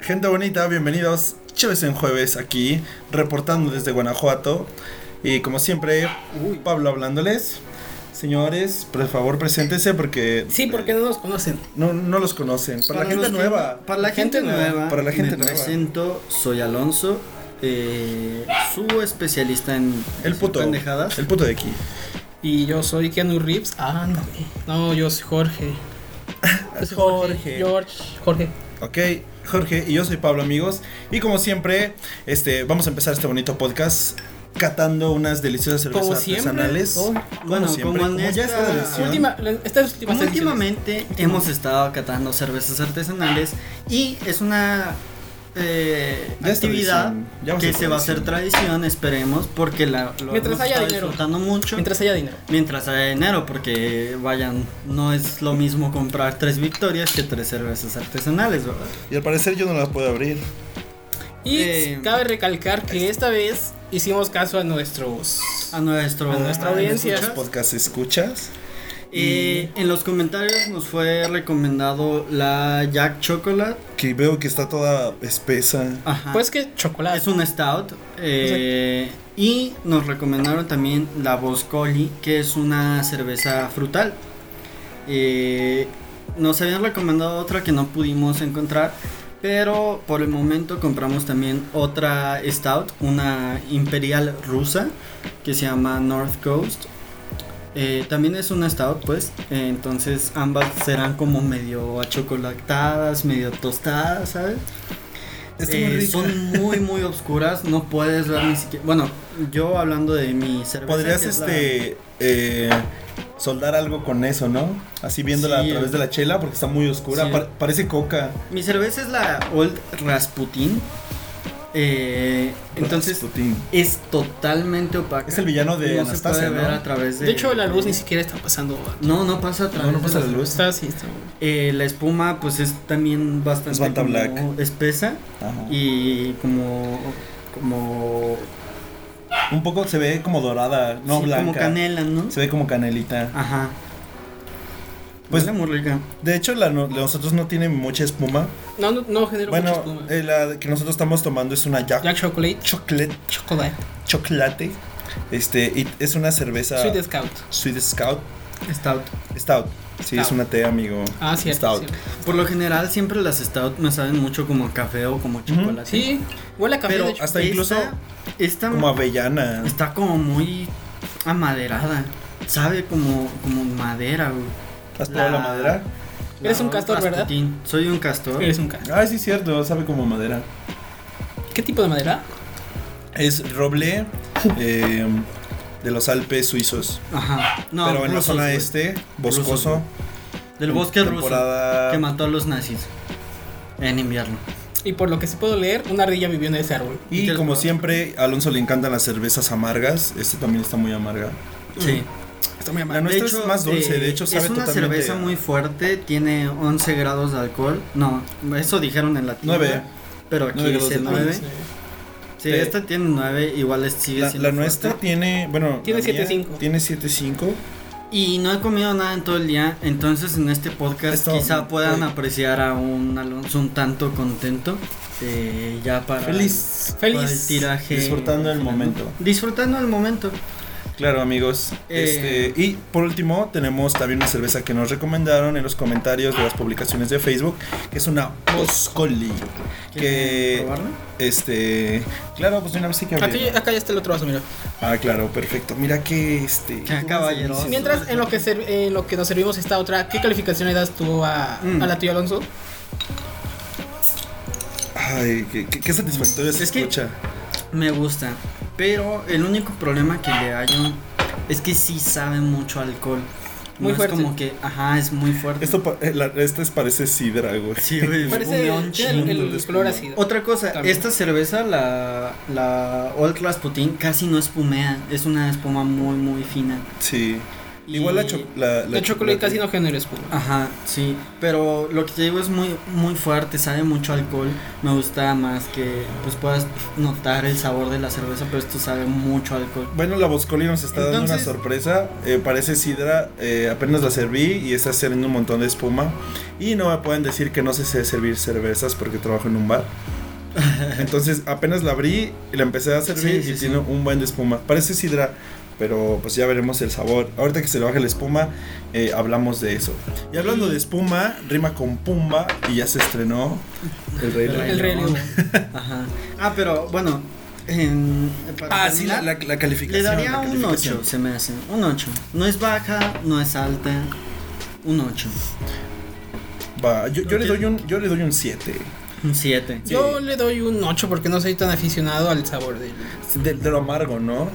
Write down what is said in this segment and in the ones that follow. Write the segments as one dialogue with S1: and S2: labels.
S1: Gente bonita, bienvenidos. Chéves en jueves aquí, reportando desde Guanajuato. Y como siempre, Pablo hablándoles. Señores, por favor, preséntese porque
S2: Sí, porque no nos conocen.
S1: no, no los conocen. Para, la gente
S3: los que-
S1: nueva.
S3: para la gente, nueva.
S1: Para la gente
S3: me
S1: nueva.
S3: presento, soy Alonso, eh, su especialista en
S1: El
S3: en
S1: puto.
S3: pendejadas.
S1: El puto de aquí.
S2: Y yo soy Keanu Reeves. Ah, no. No, yo soy Jorge. Yo soy George. Jorge.
S1: Ok, Jorge y yo soy Pablo, amigos. Y como siempre, este, vamos a empezar este bonito podcast catando unas deliciosas cervezas
S2: Como siempre.
S1: artesanales.
S2: Oh,
S1: como
S3: bueno,
S1: siempre,
S3: como en
S1: como ya
S3: esta-
S1: está la edición.
S2: Última, la- estas últimas
S3: Ah. Como últimamente hemos estado catando cervezas artesanales y es una eh,
S1: Ya es
S3: actividad
S1: tradición, ya va a
S3: que
S1: ser
S3: se va a hacer tradición, esperemos, porque la, lo
S2: Mientras
S3: hemos
S2: haya
S3: estado
S2: dinero.
S3: disfrutando mucho.
S2: ediciones. mientras haya dinero.
S3: Mientras haya dinero, porque vayan, no es lo mismo comprar tres victorias que tres cervezas artesanales, ¿verdad?
S1: Y al parecer yo no las puedo abrir.
S2: Y
S3: Eh,
S2: cabe recalcar que esta vez hicimos caso a nuestros.
S3: A, nuestro,
S2: A nuestra audiencia.
S3: Ah, escuchas.
S1: Podcast escuchas.
S3: Eh, en los comentarios nos fue recomendado la Jack Chocolate.
S1: Que veo que está toda espesa.
S3: Ajá.
S2: Pues que chocolate.
S3: ah. es una stout. eh, y nos recomendaron también la Boscoli, que es una cerveza frutal. Eh, nos habían recomendado otra que no pudimos encontrar. Pero por el momento compramos también otra stout, una imperial rusa que se llama North Coast. Eh, también es una stout, pues. eh, entonces ambas serán como medio achocolatadas, medio tostadas, ¿sabes?
S1: Está
S3: Eh,
S1: muy rica. Ah.
S3: Son muy, muy oscuras. No puedes ver ni siquiera. Bueno, yo hablando de mi cerveza.
S1: Podrías
S3: que es la-
S1: este eh, soldar algo con eso, ¿no? Así viéndola
S3: Sí,
S1: a través
S3: eh.
S1: de la chela porque está muy oscura.
S3: Sí.
S1: par- parece coca.
S3: Mi cerveza es la Old Rasputin. eh, entonces
S1: Rasputín.
S3: es totalmente opaca.
S1: Es el villano de
S3: no
S1: Anastasia,
S3: se puede ver
S1: ¿no?
S3: a través de.
S2: De hecho, la luz ni siquiera está pasando.
S3: No, no pasa a través.
S1: No, no
S3: de
S1: pasa la luz.
S2: Está así, está.
S3: Eh, la espuma, pues es también bastante
S1: Es Banta
S3: como
S1: Black.
S3: espesa
S1: Ajá.
S3: y como como
S1: Un poco se ve como dorada, no
S3: sí,
S1: blanca.
S3: como canela, ¿no?
S1: Se ve como canelita.
S3: Ajá.
S1: Pues-
S3: Huele muy rica.
S1: De hecho, la, no- la nosotros no tiene mucha espuma.
S2: No, no, no genera
S1: bueno,
S2: mucha espuma.
S1: eh, la que nosotros estamos tomando es
S3: ah.
S1: una Jack,
S2: Jack Chocolate.
S1: Chocolate,
S2: Chocolate.
S1: chocolate. Este, y es una cerveza
S2: Sweet Scout.
S1: Sweet Scout
S3: Stout.
S1: Stout. Sí, es
S2: Stout.
S1: una té, amigo.
S2: Ah, cierto.
S1: Stout.
S2: cierto.
S3: Por lo general siempre las stout me saben mucho como a café o como a chocolate.
S2: Sí, huele a café.
S3: pero
S2: de hecho.
S1: hasta
S3: esta-
S1: incluso
S3: esta
S1: Como avellana.
S3: está como muy amaderada. Sabe como como madera, güey.
S1: ¿Has probado la
S3: La-
S1: madera?
S2: Eres
S3: La
S2: un castor, ¿verdad?
S3: Rasputin. Soy un castor.
S2: Eres un cara.
S1: Ah, sí, cierto, sabe como madera.
S2: ¿Qué tipo de madera?
S1: Es roble eh, de los Alpes suizos.
S3: Ajá. No,
S1: pero en la
S3: rusos,
S1: zona
S3: güey.
S1: este,
S3: Rusos,
S1: boscoso.
S3: güey. del bosque ruso
S1: temporada...
S3: que mató a los nazis en invierno.
S2: Y por lo que se puedo leer, una ardilla vivió en ese árbol.
S1: Y
S3: Del
S1: como
S3: norte.
S1: siempre, a Alonso le encantan las cervezas amargas. Este también está muy amarga.
S3: Sí.
S2: Mm. Está muy
S1: La
S2: amable.
S1: nuestra es más dulce, de hecho, sabe
S3: eh, es una
S1: totalmente
S3: cerveza
S1: a-
S3: muy fuerte, tiene 11 grados de alcohol. No, eso dijeron en la tienda.
S1: Nueve.
S3: Pero aquí
S1: Nueve grados
S3: dice
S1: de
S3: 9.
S1: alcohol.
S3: Sí,
S1: Eh,
S3: esta tiene 9, igual es- sigue
S1: La,
S3: siendo
S1: la nuestra
S3: fuerte.
S1: tiene, bueno,
S2: Tiene
S1: la mía
S2: 7.5.
S1: Tiene 7.5.
S3: Y no he comido nada en todo el día, entonces en este podcast
S1: Esto-
S3: quizá puedan
S1: Uy.
S3: apreciar a un Alonso un tanto contento. eh, ya para,
S1: Feliz.
S3: para el
S2: Feliz.
S3: tiraje.
S1: Disfrutando el momento.
S3: Disfrutando el momento.
S1: Claro, amigos.
S3: Eh.
S1: Este, y por último, tenemos también una cerveza que nos recomendaron en los comentarios de las publicaciones de Facebook, que es una Boscoli.
S3: ¿Quieren
S1: Que,
S3: probarla?
S1: este, claro, pues de una vez hay que
S2: Aquí,
S1: abrirla.
S2: acá ya está el otro vaso, mira.
S1: Ah, claro, perfecto. Mira que este.
S3: Qué caballeroso.
S1: Sí,
S2: Mientras, en lo que, ser- en lo que nos servimos esta otra, ¿qué calificación le das tú a,
S3: Mm.
S2: a la tuya, Alonso?
S1: Ay, qué, qué- qué satisfactorio se
S3: Es que-
S1: escucha.
S3: Me gusta, pero el único problema que le hallo es que sí sabe mucho a alcohol.
S2: Muy
S3: no
S2: fuerte.
S3: Es como que, ajá, es muy fuerte.
S1: Esto, pa- eh, la- este es- parece sidra, güey.
S3: sí, güey,
S2: Parece
S3: humeó un
S2: tiene el,
S3: chingo.
S2: el
S1: de espuma.
S2: color ácido.
S3: Otra cosa,
S2: También.
S3: esta cerveza, la, la Old Rasputin, casi no espumea. Es una espuma muy, muy fina.
S1: Sí.
S3: Y-
S1: Igual la, cho- la, la
S2: El chocolate casi no genera espuma.
S3: Ajá, sí, pero lo que te digo es muy muy fuerte, sabe mucho a alcohol. Me gusta más que pues puedas notar el sabor de la cerveza, pero esto sabe mucho a alcohol.
S1: Bueno, la Boscoli nos está dando una
S3: Entonces-
S1: sorpresa. eh, parece sidra, eh, apenas la serví y está saliendo un montón de espuma. Y no me pueden decir que no sé sé servir cervezas porque trabajo en un bar. Entonces, apenas la abrí y la empecé a servir
S3: Sí, sí,
S1: y
S3: sí.
S1: tiene un buen de espuma. Parece sidra, pero pues ya veremos el sabor. Ahorita que se le baje la espuma, eh, hablamos de eso. Y hablando de espuma, rima con pumba y ya se estrenó el Rey León.
S2: El Rey León.
S3: Ajá. Ah, pero bueno, en- para
S1: Ah, sí, la,
S3: terminar,
S1: la- la calificación.
S3: le daría
S1: la
S3: un
S1: calificación.
S3: 8, se me hace. Un 8. No es baja, no es alta. Un 8.
S1: Va, yo, yo le doy un, yo le doy un 7.
S3: Un 7.
S1: Sí.
S2: Yo le doy un 8 porque no soy tan aficionado al sabor de
S1: De, de lo amargo, ¿no?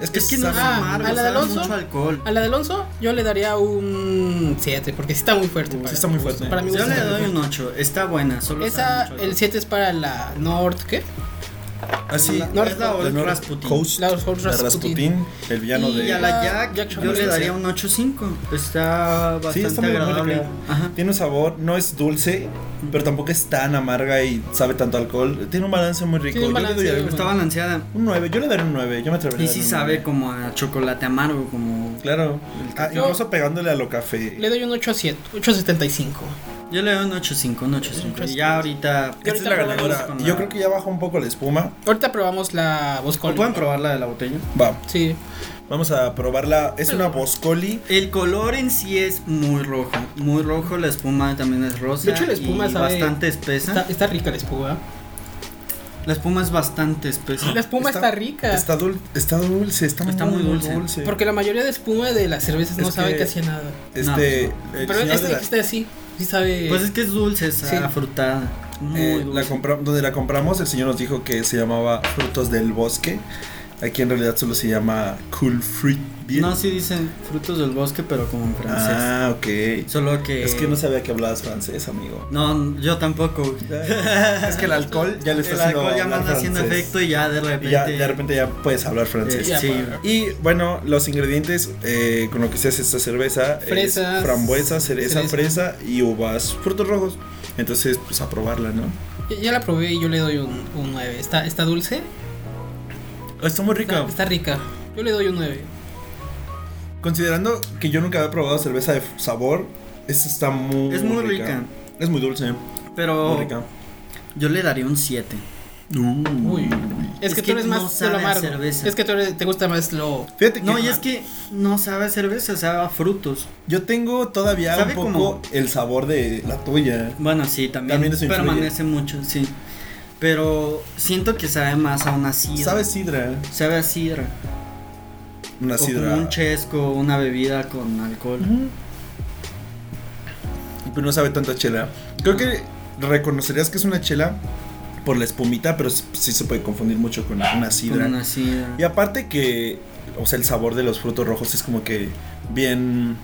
S1: Es que
S3: Es que no es
S1: sabe
S2: ah,
S3: amargo,
S2: ¿a la de
S3: sabe
S2: Alonso?
S3: mucho a alcohol.
S2: A la de Alonso yo le daría un 7 porque sí está muy fuerte.
S1: Sí,
S2: para-
S1: está muy fuerte.
S2: Para mí
S3: Yo
S2: gusto.
S3: le doy un 8, está buena, solo
S2: Esa,
S3: sabe mucho a
S2: el 7 es para la North, ¿qué?
S1: Así.
S3: alcohol.
S2: no,
S3: es la
S1: de
S3: Old
S1: North
S3: Rasputin.
S1: Coast,
S2: La
S1: la
S2: Old Rasputin.
S1: Rasputin, el villano
S2: Y
S1: de.
S3: Y a la Jack,
S2: Jack
S3: yo
S2: Daniels.
S3: le daría un 8.5. Está bastante
S1: Sí, está muy buena,
S3: agradable.
S1: creo.
S3: Ajá.
S1: Tiene un sabor, no es dulce, pero tampoco es tan amarga y sabe tanto alcohol. Tiene un balance muy rico.
S2: Tiene un
S1: Yo le
S2: balance,
S1: doy algo-
S3: Está balanceada.
S1: un 9, yo le daré un 9, yo me atrevería.
S3: Y
S1: a
S3: sí
S1: darle un
S3: sabe
S1: 9.
S3: como a chocolate amargo, como...
S1: Claro. Ah,
S2: Yo-
S1: incluso pegándole a lo café.
S2: Le doy un 8 a 7, 8.75.
S3: Yo le doy un 8.5, un 8.5. Y ya ahorita...
S2: Yo
S1: Esta es
S2: ahorita
S1: la
S2: probamos
S1: ganadora.
S3: con
S1: Yo
S3: la-
S1: creo que ya bajó un poco la espuma.
S2: Ahorita probamos la
S3: ¿O
S2: Boscoli.
S3: pueden probar la de la botella?
S1: Va,
S2: Sí.
S1: vamos a probarla. Es una Boscoli.
S3: El color en sí es muy rojo, muy rojo, la espuma también es rosa.
S2: De hecho, la espuma
S3: y
S2: sabe-
S3: bastante espesa.
S2: Está, está rica la espuma.
S3: La espuma es bastante espesa.
S2: La espuma está,
S1: Está-
S2: rica.
S1: Está, dul- está dulce, está,
S3: Está muy dulce.
S2: Porque la mayoría de espuma de las cervezas no
S1: Es
S2: sabe
S1: que-
S2: casi a nada.
S1: Este, el
S2: Pero
S1: señor
S2: este
S1: de la-
S2: que está así, sí sabe.
S3: Pues es que es dulce, es
S2: Sí.
S3: afrutada. Muy
S1: Eh, la
S3: dulce.
S1: compra- donde la compramos, el señor nos dijo que se llamaba Frutos del Bosque. Aquí en realidad solo se llama Cool Fruit Beer.
S3: No, sí dicen frutos del bosque, pero como en francés.
S1: ah, ok.
S3: Solo que.
S1: Es que no sabía que hablabas francés, amigo.
S3: No, yo tampoco.
S1: es que el alcohol ya le está
S3: El
S1: haciendo
S3: alcohol ya me
S1: hablar
S3: anda haciendo
S1: francés.
S3: efecto y ya de repente.
S1: Y ya de repente ya puedes hablar
S3: eh,
S1: francés.
S2: Ya,
S3: sí.
S2: para-
S1: Y bueno, los ingredientes eh, con lo que se hace esta cerveza
S2: Fresas,
S1: es frambuesa, cereza,
S2: cereza.
S1: fresa y uvas, frutos rojos. Entonces, pues a probarla, ¿no?
S2: Ya, ya la probé y yo le doy un, un 9. Está, está dulce.
S1: Está muy rica.
S2: Está, está rica. Yo le doy un 9.
S1: Considerando que yo nunca había probado cerveza de f- sabor, esta está muy
S3: Es muy rica.
S1: Es muy dulce,
S3: Pero
S1: muy rica.
S3: yo le daría un 7.
S2: Uy. Es,
S3: Es
S2: que,
S3: que
S2: tú eres
S3: no
S2: más de
S3: sabe
S2: lo
S3: a
S2: amargo.
S3: cerveza.
S2: Es que tú eres- te gusta más lo.
S1: Fíjate que
S3: No, y es que no sabe a cerveza, sabe a frutos.
S1: yo tengo todavía un
S3: Sabe
S1: poco
S3: como-
S1: el sabor de la tuya.
S3: Bueno, sí, también,
S1: También eso influye.
S3: permanece mucho, sí. Pero siento que sabe más a una sidra.
S1: Sabe sidra,
S3: Sabe a sidra.
S1: una
S3: o
S1: sidra.
S3: como un chesco, una bebida con alcohol.
S1: Ujú. Pero no sabe tanta chela. Creo que reconocerías que es una chela por la espumita, pero s- sí se puede confundir mucho con una sidra.
S3: Con una sidra.
S1: Y aparte que, o sea, el sabor de los frutos rojos es como que bien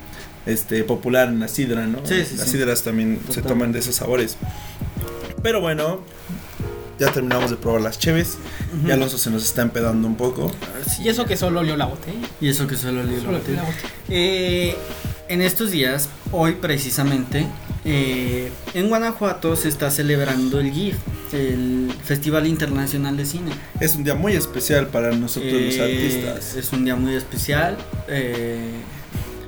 S1: este, popular en la sidra, ¿no?
S3: Sí, sí,
S1: Las
S3: sí.
S1: sidras también se
S3: Total.
S1: toman de esos sabores. Pero bueno, ya terminamos de probar las cheves.
S3: Ujú.
S1: Y Alonso se nos está empedando un poco.
S2: Y eso que solo olió la botella.
S3: Y eso que solo le
S2: Solo olió la botella.
S3: Eh, en estos días, hoy precisamente, eh, en Guanajuato se está celebrando el GIF, el Festival Internacional de Cine.
S1: Es un día muy especial para nosotros los
S3: Eh,
S1: artistas.
S3: Es un día muy especial. eh,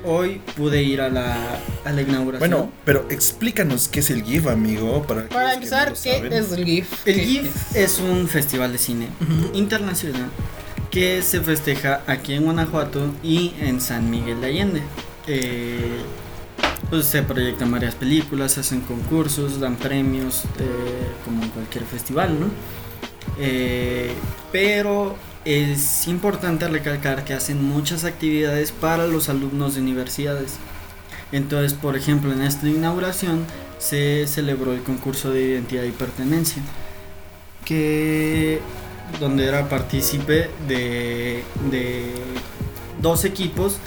S3: hoy pude ir a la, a la inauguración.
S1: Bueno, pero explícanos qué es el GIF, amigo. Para, aquellos que no
S2: Para empezar,
S1: lo
S2: ¿qué
S1: saben.
S2: es el GIF?
S3: el
S2: ¿Qué
S3: GIF es un festival de cine internacional que se festeja aquí en Guanajuato y en San Miguel de Allende. Eh, pues se proyectan varias películas, se hacen concursos, dan premios, eh, como en cualquier festival, ¿no? Eh, pero es importante recalcar que hacen muchas actividades para los alumnos de universidades. Entonces, por ejemplo, en esta inauguración se celebró el concurso de identidad y pertenencia, que donde era partícipe de, de dos equipos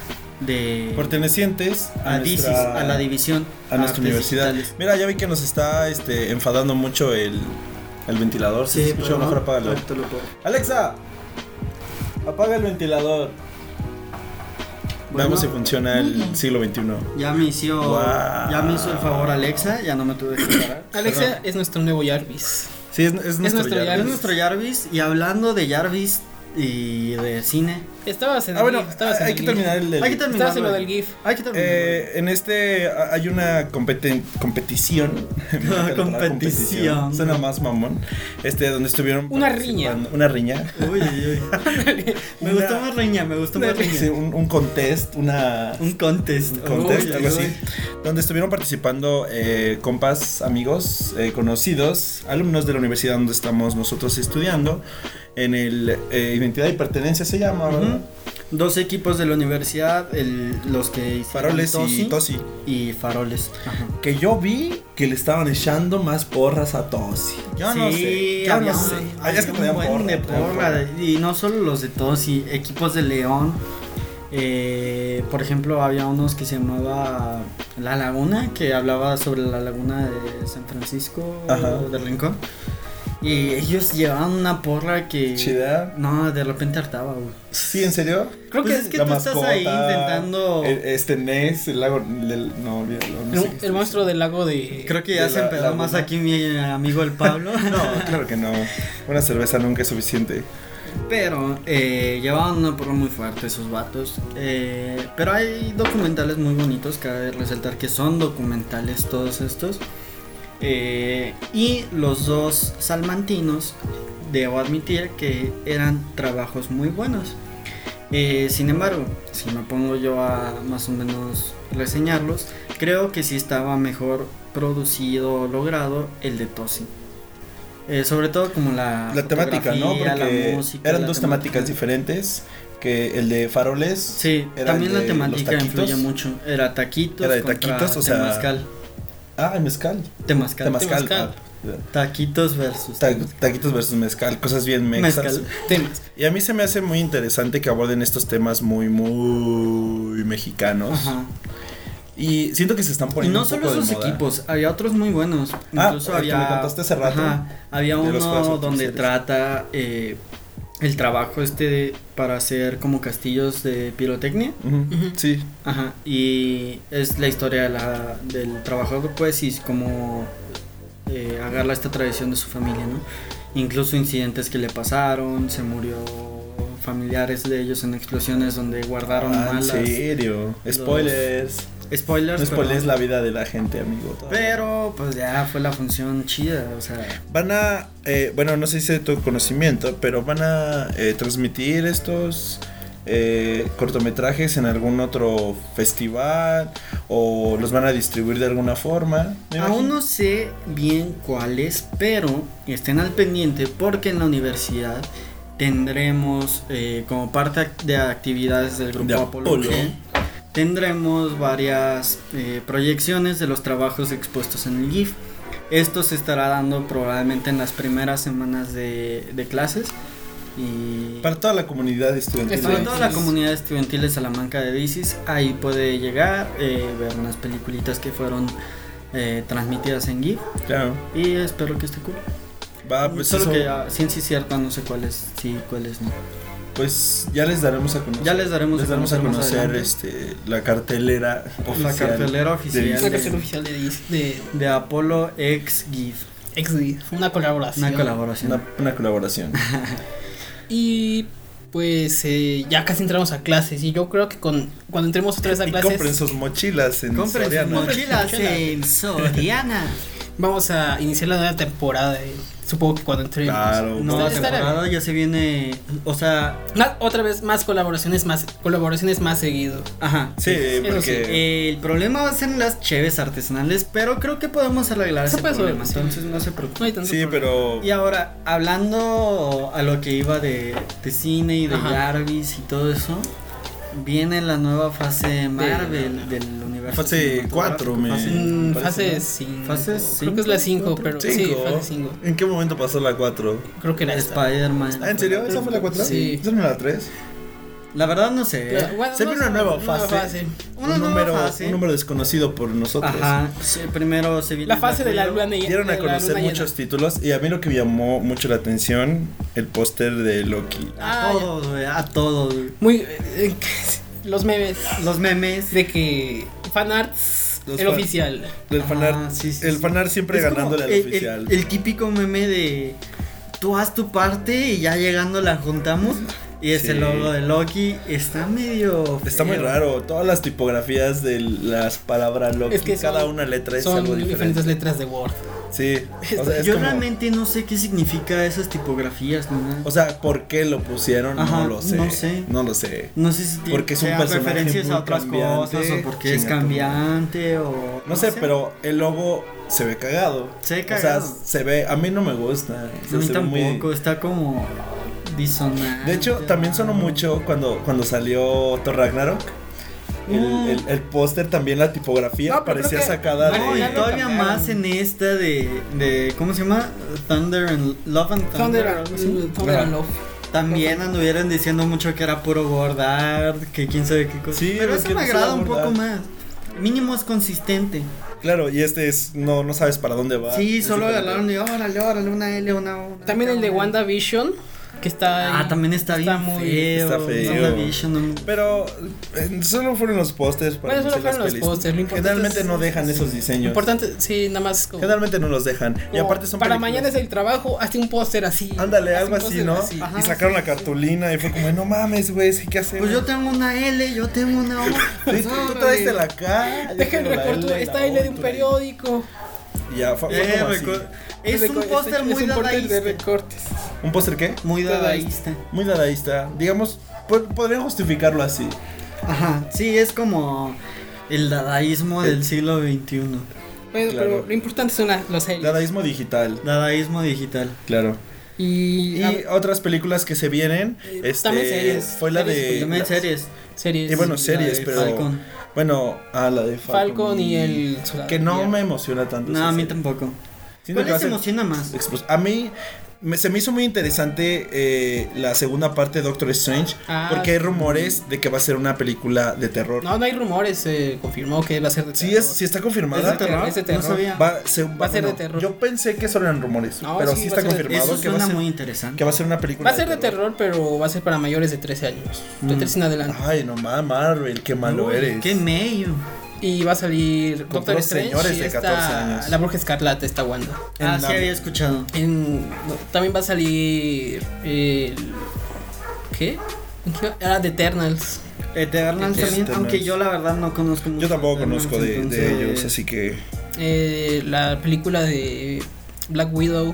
S3: de
S1: Pertenecientes a,
S3: a, DICIS,
S1: nuestra-
S3: a la división
S1: a nuestra
S3: Artes
S1: universidad.
S3: Digitales.
S1: Mira, ya vi que nos está este, enfadando mucho el, el ventilador. Si se
S3: Sí,
S1: escucha,
S3: pero
S1: mejor
S3: no,
S1: apágalo.
S3: ahorita lo puedo.
S1: Alexa, apaga el ventilador.
S3: Bueno,
S1: Veamos si funciona el siglo XXI.
S3: ya me hizo
S1: Wow.
S3: ya me hizo el favor Alexa, ya no me tuve que parar.
S2: Alexia
S1: Perdón.
S2: es nuestro nuevo Jarvis.
S1: Sí, es, es nuestro,
S2: nuestro
S1: Jarvis.
S3: Es nuestro Jarvis y hablando de Jarvis y de cine.
S2: Estabas en
S1: Ah,
S2: el
S1: bueno,
S2: GIF, estabas en
S1: hay
S2: el
S1: que
S2: GIF.
S1: terminar el. el-
S3: Hay que terminar.
S2: Estabas en lo del GIF.
S3: Hay que terminar.
S1: Eh, en este a- hay una competen- competición. Me encanta la palabra
S3: Competición.
S1: Suena más mamón. Este, donde estuvieron.
S2: Una
S1: participando-
S2: riña.
S1: Una riña.
S3: Uy, uy, uy. Me
S1: Una-
S3: gustó más riña, me gustó
S2: Una
S3: más riña.
S1: Sí, un, un contest, una.
S3: Un contest.
S1: contest,
S3: Uy,
S1: algo
S3: uy,
S1: así.
S3: uy.
S1: Donde estuvieron participando eh, compas, amigos, eh, conocidos, alumnos de la universidad donde estamos nosotros estudiando. En el eh, Identidad y Pertenencia se llama, ¿verdad?
S3: Dos equipos de la universidad, el- los que hicieron
S1: Faroles
S3: Tosi
S1: y Tosi.
S3: y Faroles. Ajá.
S1: Que yo vi que le estaban echando más porras a Tosi. Yo no
S3: Sí,
S1: sé. Yo
S3: había
S1: no
S3: un-
S1: sé. Ah,
S3: había
S1: es que
S3: un
S1: tenían
S3: buen
S1: porra,
S3: de
S1: tenían
S3: porra,
S1: porra.
S3: Y no solo los de todos, y equipos de León. eh, por ejemplo, había unos que se llamaba La Laguna, que hablaba sobre la laguna de San Francisco
S1: Ajá.
S3: del Rincón. Y ellos llevaban una porra que.
S1: Chida.
S3: No, de repente hartaba, güey.
S1: Sí, ¿en serio?
S3: Creo que es que
S1: La
S3: tú estás ahí
S1: mascota,
S3: intentando.
S1: el- este Ness, el lago. el- no, olvídalo. no sé qué
S2: El, el
S1: es.
S2: monstruo del lago de.
S3: Creo que ya
S1: de
S3: se
S1: la
S3: empezó más
S1: laguna.
S3: aquí mi amigo el Pablo.
S1: No, claro que no. Una cerveza nunca es suficiente.
S3: Pero eh, llevaban una porra muy fuerte esos vatos. Eh, pero hay documentales muy bonitos, cabe resaltar que son documentales todos estos. Eh, y los dos salmantinos, debo admitir que eran trabajos muy buenos. Eh, sin embargo, si me pongo yo a más o menos reseñarlos, creo que sí estaba mejor producido o logrado el de Tosi. Eh, sobre todo como la...
S1: La temática, ¿no?
S3: fotografía, la
S1: Porque
S3: música,
S1: eran
S3: la
S1: dos
S3: temática.
S1: temáticas diferentes. Que el de faroles.
S3: Sí,
S1: era
S3: también
S1: el
S3: la
S1: de
S3: temática
S1: los taquitos.
S3: influye mucho. Era taquitos.
S1: Era de
S3: contra
S1: taquitos, o sea,
S3: Temazcal.
S1: Ah, el mezcal.
S3: Temazcal.
S1: Temazcal.
S2: Temazcal.
S1: ah.
S3: Taquitos versus.
S1: Ta- taquitos versus mezcal. Cosas bien mexas.
S3: Mezcal.
S2: Temas.
S1: Y a mí se me hace muy interesante que aborden estos temas muy, muy mexicanos.
S3: Ajá.
S1: Y siento que se están
S3: Y
S1: poniendo.
S3: no
S1: un
S3: solo
S1: poco de
S3: esos
S1: moda.
S3: equipos, había otros muy buenos.
S1: Ah,
S3: Incluso
S1: el que
S3: había.
S1: me contaste hace rato,
S3: había
S1: de
S3: uno
S1: los corazones
S3: donde
S1: artificiales.
S3: trata eh, el trabajo este de- para hacer como castillos de pirotecnia.
S1: Ujú,
S2: Ujú.
S1: Sí.
S3: Ajá. Y es la historia de la, del trabajador, pues, y cómo eh, agarra esta tradición de su familia, ¿no? Incluso incidentes que le pasaron, se murió familiares de ellos en explosiones donde guardaron
S1: Ah, en
S3: malas.
S1: serio. Spoilers.
S3: Spoilers.
S1: No spoilees
S3: perdón.
S1: la vida de la gente, amigo.
S3: Pero pues ya fue la función chida, o sea,
S1: Van a, eh, bueno, no sé si es de tu conocimiento, pero van a eh, transmitir estos eh, cortometrajes en algún otro festival o los van a distribuir de alguna forma. me
S3: aún
S1: imagino.
S3: no sé bien cuáles, pero estén al pendiente porque en la universidad tendremos eh, como parte ac- de actividades del grupo
S1: De
S3: Apolo,
S1: Apolo.
S3: G, tendremos varias eh, proyecciones de los trabajos expuestos en el GIF. Esto se estará dando probablemente en las primeras semanas de, de clases y
S1: Para toda la comunidad estudiantil.
S3: Para
S2: Sí,
S3: toda
S2: sí,
S3: la
S2: sí.
S3: comunidad estudiantil de Salamanca de Bicis, ahí puede llegar, eh, ver unas peliculitas que fueron eh, transmitidas en GIF
S1: Claro.
S3: y espero que esté cool.
S1: Va, pues,
S3: Solo
S1: eso,
S3: que a ciencia cierta no sé cuáles sí, cuáles no.
S1: pues ya les daremos a conocer.
S3: Ya les daremos
S1: les daremos a
S3: más
S1: conocer
S3: adelante
S1: este, la cartelera
S3: la
S1: oficial.
S3: cartelera
S1: Disney.
S3: oficial
S2: Una
S1: Una
S2: canción
S3: de,
S2: oficial de, Dis- de
S3: de Apolo ex GIF,
S2: XD. Fue una colaboración.
S3: una colaboración.
S1: Una, una colaboración.
S2: Y pues eh, ya casi entramos a clases. Y yo creo que con cuando entremos otra vez a
S1: y
S2: clases.
S1: compren sus mochilas en
S3: Compren sus
S1: Soriana.
S2: mochilas.
S3: en Soriana.
S2: Vamos a iniciar la nueva temporada. eh, supongo que cuando entremos.
S1: Claro.
S3: No,
S1: vamos
S3: la
S1: a-
S2: Estará bien.
S3: temporada ya se viene, o sea,
S2: Más- otra vez más colaboraciones más colaboraciones más seguido.
S3: ajá.
S1: Sí,
S2: Eso
S1: porque...
S2: sí.
S3: Eh, El problema va a ser las cheves artesanales, pero creo que podemos arreglar
S2: Se
S3: ese
S2: puede
S3: problema,
S2: solucionar.
S3: entonces no se
S2: No
S3: preocupen.
S2: hay tanto
S1: Sí,
S2: problema.
S1: pero...
S3: Y ahora, hablando a lo que iba de, de cine y de
S2: Ajá.
S3: Jarvis y todo eso, viene la nueva fase Marvel del universo.
S1: Fase cuatro, eh, me-
S3: cinematográfico,
S2: Mm,
S1: Parece,
S2: fase
S1: ¿no?
S2: 5.
S3: Fase
S2: Creo
S3: cinco,
S2: que es la 5,
S3: cuatro,
S2: pero sí,
S1: Cinco.
S2: fase 5.
S1: ¿En qué momento pasó la 4?
S2: Creo que era
S3: fase
S2: esta.
S3: Spider-Man.
S1: Ah, ¿en serio? ¿Esa fue la 4?
S2: Sí.
S1: ¿Esa no era la 3?
S3: La verdad no sé. ¿eh?
S2: Pero, bueno,
S1: Se viene
S2: sé,
S1: una nueva fase.
S3: Una
S1: un,
S3: nueva
S1: número,
S3: fase.
S1: un número desconocido por nosotros.
S3: Ajá. sí, primero se viene
S2: La
S3: el
S2: fase de la
S3: Black
S2: luna
S3: Widow.
S2: ne-
S1: Dieron
S2: de
S1: a
S2: la
S1: conocer
S2: luna llena.
S1: muchos títulos y a mí lo que me llamó mucho la atención, el póster de Loki.
S2: Ah,
S3: A
S2: ya.
S3: todos, güey, a todos. güey.
S2: Muy. eh, eh, los memes
S3: Los memes.
S2: de que fanarts
S1: Los
S2: el
S1: fan-
S2: oficial.
S1: Del
S3: Ah,
S1: fanar,
S3: sí, sí,
S1: el
S3: sí.
S1: fanar siempre
S3: Es como
S1: ganándole al
S3: el, el-
S1: oficial.
S3: El, típico meme de tú haz tu parte y ya llegando la juntamos. Y es
S1: Sí.
S3: el logo de Loki. Está medio.
S1: Está muy
S3: feo.
S1: raro. Todas las tipografías de las palabras Loki,
S2: Es que son-
S1: cada una letra es
S2: Son
S1: algo diferente.
S2: diferentes letras de Word.
S1: Sí. O sea, es
S3: Yo
S1: como-
S3: realmente no sé qué significa esas tipografías, ni nada.
S1: o sea, ¿por qué lo pusieron?
S3: Ajá,
S1: no lo sé.
S3: no sé.
S1: No lo sé.
S3: No sé si tiene
S1: Porque es un
S3: sea
S1: personaje
S3: referencias
S1: muy
S3: a otras
S1: cambiante,
S3: cosas o porque es
S1: chinga tu
S3: cambiante o
S1: No sé, pero el logo se ve cagado.
S3: Se ve
S1: O
S3: cagado.
S1: sea, se ve. A mí no me gusta. O
S3: a
S1: sea,
S3: mí
S1: se ve muy-
S3: tampoco está como disonante.
S1: De hecho, también sonó mucho cuando, cuando salió Thor Ragnarok. El,
S3: Mm.
S1: el- el póster también, la tipografía,
S2: Ah. No, pero
S1: parecía
S2: creo que-
S1: sacada
S2: no,
S3: No, y
S2: ya lo
S1: de.
S3: todavía
S2: cambiaron.
S3: más en esta de, de ¿cómo se llama? Thunder and Love and Thunder.
S2: Thunder,
S3: algo así.
S2: Thunder
S1: Ajá.
S2: and Love.
S3: También anduvieron diciendo mucho que era puro bordar, que quién sabe qué cosa.
S1: Sí,
S3: pero
S1: es
S3: eso
S1: que
S3: me
S1: empezó
S3: agrada
S1: a
S3: un poco
S1: bordar.
S3: más. Mínimo es consistente.
S1: Claro, y este es. No, no sabes para dónde va.
S3: sí,
S1: Es
S3: solo
S1: diferente.
S3: agarraron y órale, órale, una L, una O. una
S2: También
S3: K,
S2: el de
S3: una L.
S2: WandaVision, que está.
S3: Ah,
S2: ahí.
S3: también está,
S2: Está
S3: bien
S2: muy-
S3: feo.
S1: Está feo.
S3: WandaVision, no me-
S1: Pero eh, solo fueron los pósters para
S2: Bueno, solo
S1: anunciar
S2: fueron los
S1: pelis.
S2: pósters, lo importante
S1: Generalmente
S2: es-
S1: no dejan esos
S2: Lo
S1: diseños.
S2: importante, sí, nada más. como-
S1: Generalmente no los dejan. y
S2: como
S1: aparte son
S2: Para
S1: películas-
S2: mañana es el trabajo, hazte un póster así.
S1: Ándale,
S2: Hazte un
S1: algo así,
S2: póster
S1: ¿no? Ah,
S3: Ajá,
S1: y sacaron
S3: sí,
S1: la cartulina y fue como, no mames, güey, ¿sí ¿qué hacemos?
S3: Pues yo tengo una L, yo tengo una O.
S1: Sí,
S3: Pues,
S1: tú, tú
S3: órale.
S1: traiste la K. yo
S2: Dejen
S1: tengo la
S2: recuerdo,
S1: L, la
S2: esta L
S1: O,
S2: de un
S1: tú la-
S2: periódico.
S1: Y ya, fue, fue
S3: Eh,
S1: como así.
S3: recu- Es
S2: Reco-
S3: un póster muy
S2: este es un póster de
S3: dadaísta.
S2: recortes.
S1: ¿Un póster qué?
S3: Muy
S2: dadaísta.
S3: dadaísta.
S1: Muy dadaísta. Digamos, po- podrían justificarlo así.
S3: Ajá, sí, es como el dadaísmo del siglo XXI.
S2: Bueno,
S1: Claro.
S2: pero lo importante son las- los L.
S1: Dadaísmo digital.
S3: Dadaísmo digital.
S1: Claro.
S2: Y,
S1: Y otras películas que se vienen.
S2: Eh,
S1: Este,
S2: también series,
S1: Fue la
S2: series,
S1: de.
S3: También series.
S2: series.
S1: Y bueno,
S3: La
S1: series,
S3: de
S1: pero.
S3: Falcon.
S1: Bueno, a la de Falcon.
S2: Falcon y el soldado
S1: Que no
S2: invierno.
S1: me emociona tanto.
S3: No,
S1: esa
S3: a mí
S1: serie.
S3: tampoco.
S1: Siento
S3: ¿Cuál
S1: que va a
S3: les
S1: ser
S3: emociona más?
S1: explos- A mí me- se me hizo muy interesante eh, la segunda parte de Doctor Strange.
S2: Ah,
S1: porque hay
S2: sí.
S1: rumores de que va a ser una película de terror.
S2: No, no hay rumores, se confirmó que va a ser de
S1: Sí,
S2: terror.
S1: es, sí está
S2: ¿Es de
S1: confirmada.
S2: terror?
S3: terror?
S2: ¿Es de terror?
S3: No sabía.
S1: Va, se-
S2: Va a ser de
S1: bueno,
S2: terror.
S1: Yo pensé que solo eran rumores,
S2: No,
S1: pero
S2: sí,
S1: sí,
S2: va
S1: está
S2: a ser de-
S1: confirmado
S3: Eso
S1: que va, a
S3: suena
S1: ser,
S3: muy interesante.
S1: que va a ser una película
S2: Va a ser de terror, pero va a ser para mayores de 13 años. De
S1: Mm.
S2: 13 en adelante.
S1: Ay, no mames, Marvel, qué malo
S3: Uy,
S1: eres.
S3: Qué mello.
S2: Y va a salir
S1: Con
S2: Doctor
S1: puros
S2: Strange.
S1: señores
S2: y
S1: de
S2: esta-
S1: 14 años.
S2: La bruja escarlata, esta Wanda.
S1: En
S3: Ah,
S1: la-
S3: sí había escuchado.
S2: En- no, también va a salir. el- ¿Qué? ¿En qué? Ah, de Eternals. Eternals.
S3: Eternals Eh, también, aunque yo la verdad no conozco mucho.
S1: Este Yo tampoco
S3: Eternals,
S1: conozco de, de
S3: entonces-
S1: ellos, así que.
S2: Eh, la película de Black Widow.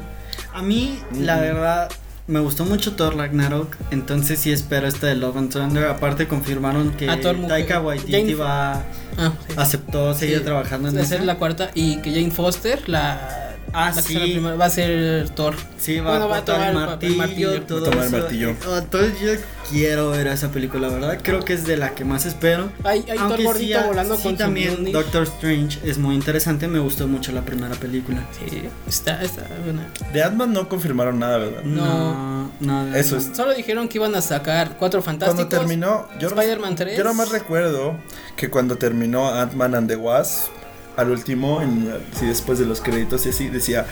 S3: A mí, la
S1: Ujú.
S3: verdad, me gustó mucho Thor Ragnarok. Entonces sí espero esta de Love and Thunder. Aparte confirmaron que
S2: Ah, Thor mujer.
S3: Taika Waititi
S2: Jane-
S3: va,
S2: Ah,
S3: aceptó seguir
S2: Sí.
S3: trabajando en
S2: Va a ser
S3: esa.
S2: la cuarta. Y que Jane Foster, la.
S3: Ah,
S2: la que
S3: sí.
S2: será la primera, va a ser Thor.
S3: Sí, va
S2: Bueno, va
S3: a
S2: a
S3: tomar el
S2: tomar el papel
S3: martillo,
S2: martillo.
S3: todo
S1: Va a tomar el
S3: eso.
S1: martillo.
S3: Ah, Entonces yo quiero ver esa película, la ¿verdad? Creo que es de la que más espero.
S2: Hay, hay Thor gordito
S3: ah,
S2: volando
S3: sí
S2: con su
S3: también
S2: Mjolnir.
S3: Doctor Strange es muy interesante, me gustó mucho la primera película.
S2: Sí, está, está buena.
S1: De Ant-Man no confirmaron nada, ¿verdad?
S2: No.
S3: No, nada.
S1: Eso es-
S2: Solo dijeron que iban a sacar cuatro
S1: Cuando
S2: fantásticos.
S1: terminó. Yo,
S2: Spider-Man 3.
S1: yo nomás recuerdo que cuando terminó Ant-Man and the Wasp, al último, en la- sí, después de los créditos y así, decía: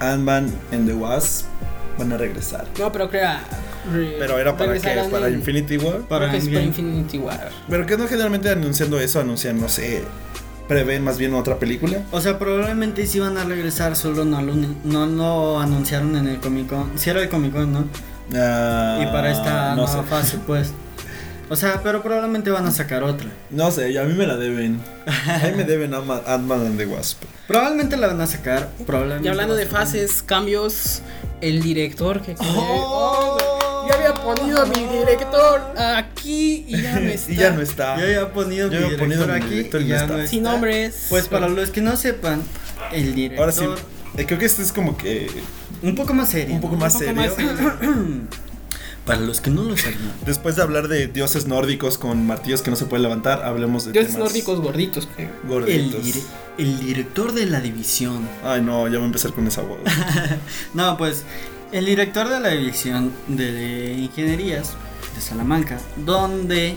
S1: Ant-Man and the Wasp van a regresar.
S2: No, pero que era. re-
S1: Pero era para qué?
S2: regresarán
S1: Para
S2: en-
S1: Infinity War.
S2: creo
S3: Para
S2: que es para
S3: Endgame.
S2: Infinity War.
S1: Pero que no generalmente anunciando eso, anuncian, no sé, prevén más bien otra película.
S3: O sea, probablemente sí van a regresar, solo no lo, no lo anunciaron en el Comic Con. Si era el Comic Con, ¿no?
S1: Ah,
S3: y para esta
S1: no
S3: nueva
S1: sé.
S3: fase, pues. O sea, pero probablemente van a sacar otra.
S1: No sé, a mí me la deben. A mí me deben Ant-Man Ant-Man and the Wasp.
S3: Probablemente la van a sacar, probablemente.
S2: Y hablando
S3: la
S2: de
S3: sacan.
S2: fases, cambios, el director que.
S3: ¡Oh!
S2: Oh, yo había ponido a mi director aquí y ya no está.
S1: Y ya no está.
S3: Yo había ponido
S1: Yo
S3: mi
S1: había ponido
S3: director
S1: mi
S3: aquí
S1: director y
S3: y
S1: no
S3: ya
S1: está.
S3: no está.
S2: Sin nombres.
S3: Pues para los que no sepan, el director.
S1: Ahora sí, eh, creo que esto es como que
S3: Un poco más serio.
S1: un poco más serio.
S3: Para los que no lo sabían.
S1: Después de hablar de dioses nórdicos con martillos que no se pueden levantar, hablemos de
S2: Dioses
S1: temas
S2: nórdicos gorditos. creo.
S3: El,
S1: gorditos.
S3: dire- el director de la división.
S1: Ay, no, ya voy a empezar con esa voz.
S3: No, pues el director de la división de ingenierías de Salamanca, donde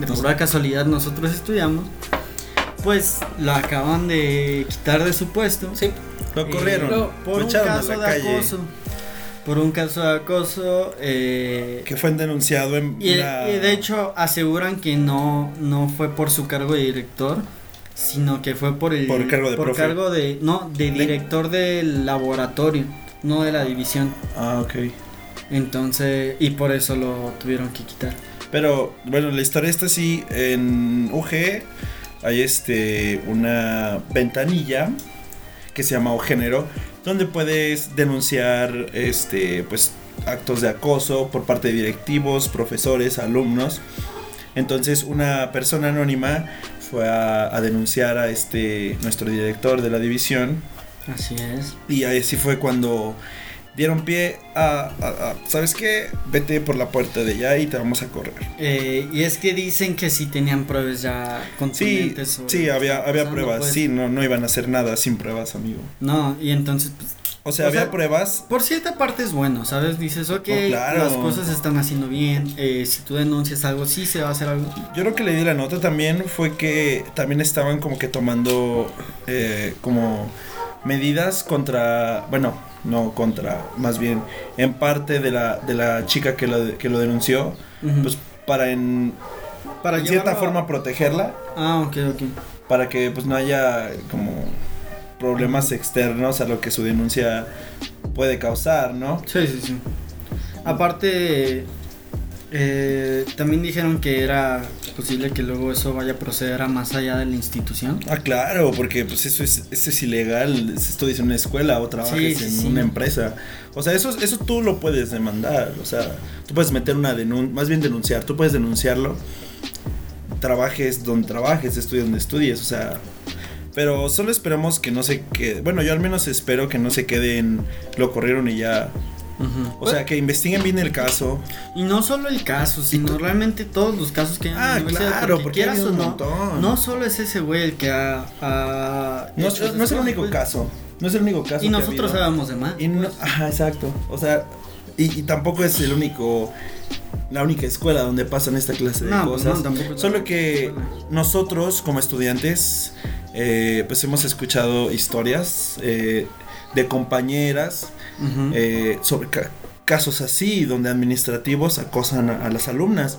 S3: de pura casualidad nosotros estudiamos, pues lo acaban de quitar de su puesto.
S2: Sí.
S1: Lo corrieron,
S3: Pero
S1: lo
S3: por un
S1: echaron a
S3: caso
S1: la
S3: de
S1: calle.
S3: acoso. por un caso de acoso. eh,
S1: Que fue denunciado en
S3: y,
S1: la-
S3: y de hecho aseguran que no, no fue por su cargo de director, sino que fue por el
S1: Por cargo de profe.
S3: cargo de- no de director del laboratorio, no de la división.
S1: Ah, ok.
S3: Entonces y por eso lo tuvieron que quitar.
S1: Pero bueno, la historia está así. En UG hay este una ventanilla que se llama Ogénero, donde puedes denunciar este pues actos de acoso por parte de directivos, profesores, alumnos. Entonces una persona anónima fue a, a denunciar a este nuestro director de la división
S3: Así es.
S1: y ahí sí fue cuando dieron pie a, a- a, ¿sabes qué? Vete por la puerta de allá y te vamos a correr.
S3: Eh, y es que dicen que sí tenían pruebas ya
S1: Sí,
S3: contundentes. sobre
S1: sí,
S3: lo que
S1: había,
S3: estaba
S1: había
S3: pasando,
S1: pruebas,
S3: pues.
S1: sí, no, no iban a hacer nada sin pruebas, amigo.
S3: No, y entonces, pues,
S1: O sea,
S3: O
S1: había
S3: sea,
S1: pruebas,
S3: por cierta parte es bueno, ¿sabes? Dices, ok,
S1: Oh, claro.
S3: las cosas se están haciendo bien, eh, si tú denuncias algo, sí se va a hacer algo.
S1: yo lo que le di la nota también fue que también estaban como que tomando eh, como medidas contra, bueno, no contra, más bien en parte de la, de la chica que lo, que lo denunció,
S3: Ujú.
S1: pues para en,
S3: para
S1: en cierta
S3: llevarlo a-
S1: forma protegerla,
S3: Ah, ok, ok.
S1: para que pues no haya como problemas externos a lo que su denuncia puede causar, ¿no?
S3: Sí, sí, sí. Aparte, eh, también dijeron que era posible que luego eso vaya a proceder a más allá de la institución.
S1: Ah, claro, porque pues eso es, eso es ilegal, si estudias en una escuela o trabajas
S3: Sí, sí,
S1: en
S3: sí.
S1: una empresa. O sea, eso, eso tú lo puedes demandar, o sea, tú puedes meter una denuncia, más bien denunciar, tú puedes denunciarlo, trabajes donde trabajes, estudies donde estudies, o sea... Pero solo esperamos que no se quede, bueno, yo al menos espero que no se queden, lo corrieron y ya. O
S3: Pues
S1: sea, que investiguen bien el caso.
S3: Y no solo el caso, sino realmente todos los casos que hay en la
S1: Ah,
S3: universidad,
S1: claro, porque ha
S3: quieras
S1: habido
S3: o
S1: un
S3: no,
S1: montón.
S3: no solo es ese güey el que ha, ha
S1: No,
S3: hecho
S1: no es el
S3: esas
S1: único
S3: cosas,
S1: caso, no es el único
S3: pues.
S1: caso.
S3: Y
S1: que ha
S3: nosotros
S1: habido.
S3: sabemos de más. pues.
S1: Y no- ajá, exacto. O sea, y, y tampoco es el único, la única escuela donde pasan esta clase de
S3: No, pues
S1: cosas.
S3: no, tampoco-
S1: Solo que nosotros como estudiantes, eh, pues hemos escuchado historias eh, de compañeras
S3: Ujú.
S1: eh, sobre ca- casos así, donde administrativos acosan a, a las alumnas.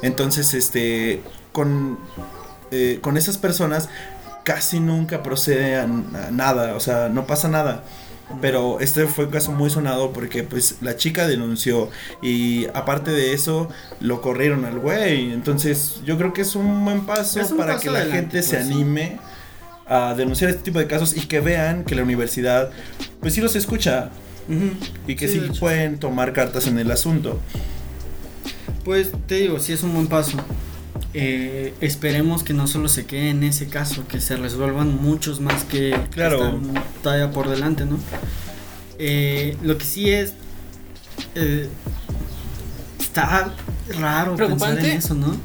S1: Entonces, este, con, eh, con esas personas casi nunca procede a, n- a nada, o sea, no pasa nada. Pero este fue un caso muy sonado porque pues la chica denunció y aparte de eso lo corrieron al güey. Entonces yo creo que es un buen paso
S3: Es un
S1: para
S3: paso
S1: que la
S3: adelante,
S1: gente se
S3: pues, sí.
S1: anime a denunciar este tipo de casos y que vean que la universidad pues sí los escucha,
S3: Ujú.
S1: y que
S3: Sí,
S1: sí,
S3: de hecho.
S1: pueden tomar cartas en el asunto.
S3: Pues te digo, sí es un buen paso. Eh, esperemos que no solo se quede en ese caso, que se resuelvan muchos más que que
S1: Claro.
S3: están todavía por delante, ¿no? Eh, lo que sí es. eh, está raro pensar en
S2: Preocupante.
S3: eso, ¿no?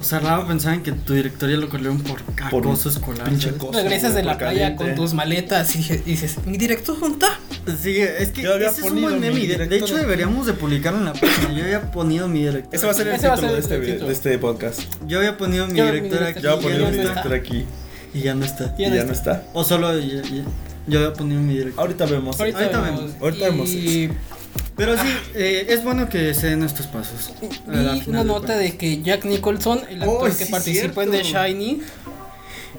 S3: O sea, raro pensar en que tu directoría lo corrieron por
S1: Por un
S3: acoso escolar.
S1: pinche
S3: ¿sabes?
S1: acoso,
S2: Regresas de
S1: güey,
S2: la playa
S1: caliente.
S2: con tus maletas y dices, mi director junta.
S3: Sí, es que
S1: Yo había
S3: ese es un
S1: ponido
S3: buen
S1: mi
S3: meme. y De, de
S1: directorio.
S3: hecho, deberíamos de publicarlo en la página. Yo había ponido mi directorio.
S1: Ese va a ser el
S2: Ese va a
S1: título de,
S2: ser
S1: este,
S2: el
S1: video-
S2: título.
S1: de este podcast.
S3: Yo había ponido mi
S2: Yo mi
S3: director aquí.
S2: directorio.
S1: Yo voy a
S2: Y
S1: poner
S2: ya
S1: mi
S2: no
S1: director
S2: está.
S1: aquí.
S3: Y ya no está.
S1: Y
S2: Ya no
S1: ya no
S2: está.
S1: está.
S3: O solo ya- ya- yo había ponido mi director.
S1: Ahorita vemos.
S3: Ahorita
S1: Ahorita vemos.
S2: Y,
S3: Pero sí, eh, es bueno que se den estos pasos.
S2: vi una nota de que Jack Nicholson, el actor
S1: Oh,
S2: que
S1: sí,
S2: participó en The
S1: cierto.
S2: Shining,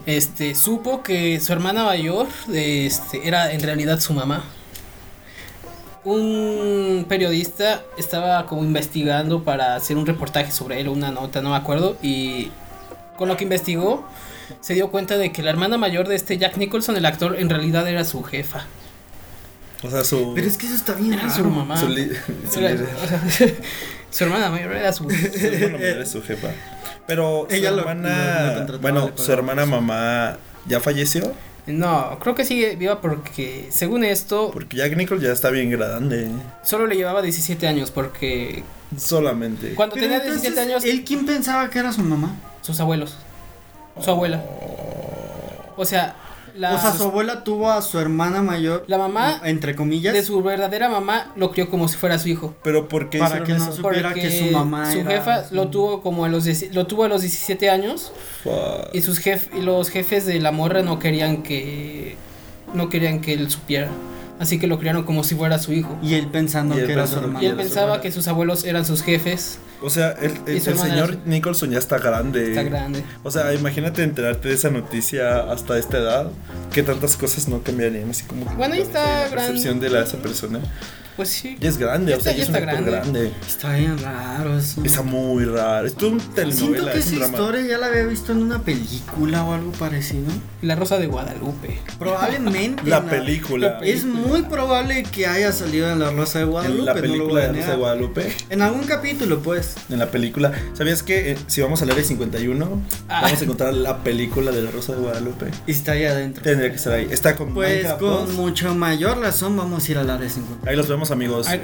S2: este, supo que su hermana mayor este, era en realidad su mamá. Un periodista estaba como investigando para hacer un reportaje sobre él, una nota, no me acuerdo, y con lo que investigó se dio cuenta de que la hermana mayor de este Jack Nicholson, el actor, en realidad era su jefa.
S1: O sea, su.
S3: Pero es que eso está bien
S2: Era
S3: raro.
S2: su mamá.
S1: Su, li- su
S2: Era-
S1: líder.
S2: su hermana mayor era
S1: Su
S2: su
S1: hermana mayor es pues, su jefa. Pero su
S3: Ella lo- lo- lo
S1: hermana.
S3: contrataba, le
S1: bueno,
S3: pagaba.
S1: su hermana mamá ya falleció.
S2: No, creo que sigue viva porque, según esto,
S1: Porque Jack Nicholson ya está bien grande.
S2: solo le llevaba 17 años porque
S1: Solamente.
S2: cuando
S3: Eh, Pero
S2: tenía
S3: entonces,
S2: 17 años,
S3: ¿Él quién pensaba que era su mamá?
S2: sus abuelos, su abuela. O sea, la,
S3: o sea, su eh, abuela tuvo a su hermana mayor.
S2: la mamá
S3: Entre comillas.
S2: de su verdadera mamá lo crió como si fuera su hijo.
S1: Pero ¿por qué
S3: Para
S1: hicieron
S3: que no
S1: eso?
S3: supiera
S2: Porque
S3: que su mamá
S2: su
S3: era
S2: jefa
S3: su-
S2: lo tuvo como a los dieci- lo tuvo a los 17 años
S1: Fuck.
S2: y sus jef- y los jefes de la morra no querían que no querían que él supiera. así que lo criaron como si fuera su hijo.
S3: Y él pensando
S1: Y él
S3: que era su
S1: pensando que
S2: Y
S3: hermano.
S2: él
S1: su
S2: pensaba
S1: hermana.
S2: que sus abuelos eran sus jefes.
S1: O sea, el, el-
S2: Y su
S1: el
S2: hermana
S1: señor
S2: era su-
S1: Nicholson ya está grande.
S2: Está grande.
S1: O sea, imagínate enterarte de esa noticia hasta esta edad, que tantas cosas no cambiarían, así como que
S2: Bueno, ya está
S1: la
S2: grande.
S1: percepción de la, esa persona.
S2: Pues sí.
S1: Ya es grande,
S2: Ya
S1: o sea, ya,
S2: está-
S1: es
S2: ya
S1: un
S2: está
S1: actor
S2: grande.
S1: grande.
S3: Está bien raro eso.
S1: Está muy raro. Esto es un
S3: Siento
S1: telenovela,
S3: que
S1: es un
S3: esa
S1: drama.
S3: historia ya la había visto en una película o algo parecido.
S2: La Rosa de Guadalupe.
S3: Probablemente.
S1: La
S3: en
S1: película.
S2: la
S3: Es muy probable que haya salido en La Rosa de Guadalupe.
S1: En la
S3: no lo
S1: película
S3: voy a
S1: de Rosa de
S3: negar.
S1: Guadalupe.
S3: En algún capítulo, pues.
S1: En la película. ¿Sabías que eh, si vamos al área 51,
S2: Ah.
S1: vamos a encontrar la película de la Rosa de Guadalupe?
S3: Y está ahí adentro.
S1: Tendría que estar ahí. Está con
S3: Pues
S1: Minecraft
S3: con
S1: 2.
S3: mucho mayor razón vamos a ir al área 50.
S1: Ahí los vemos, amigos.
S2: Ay,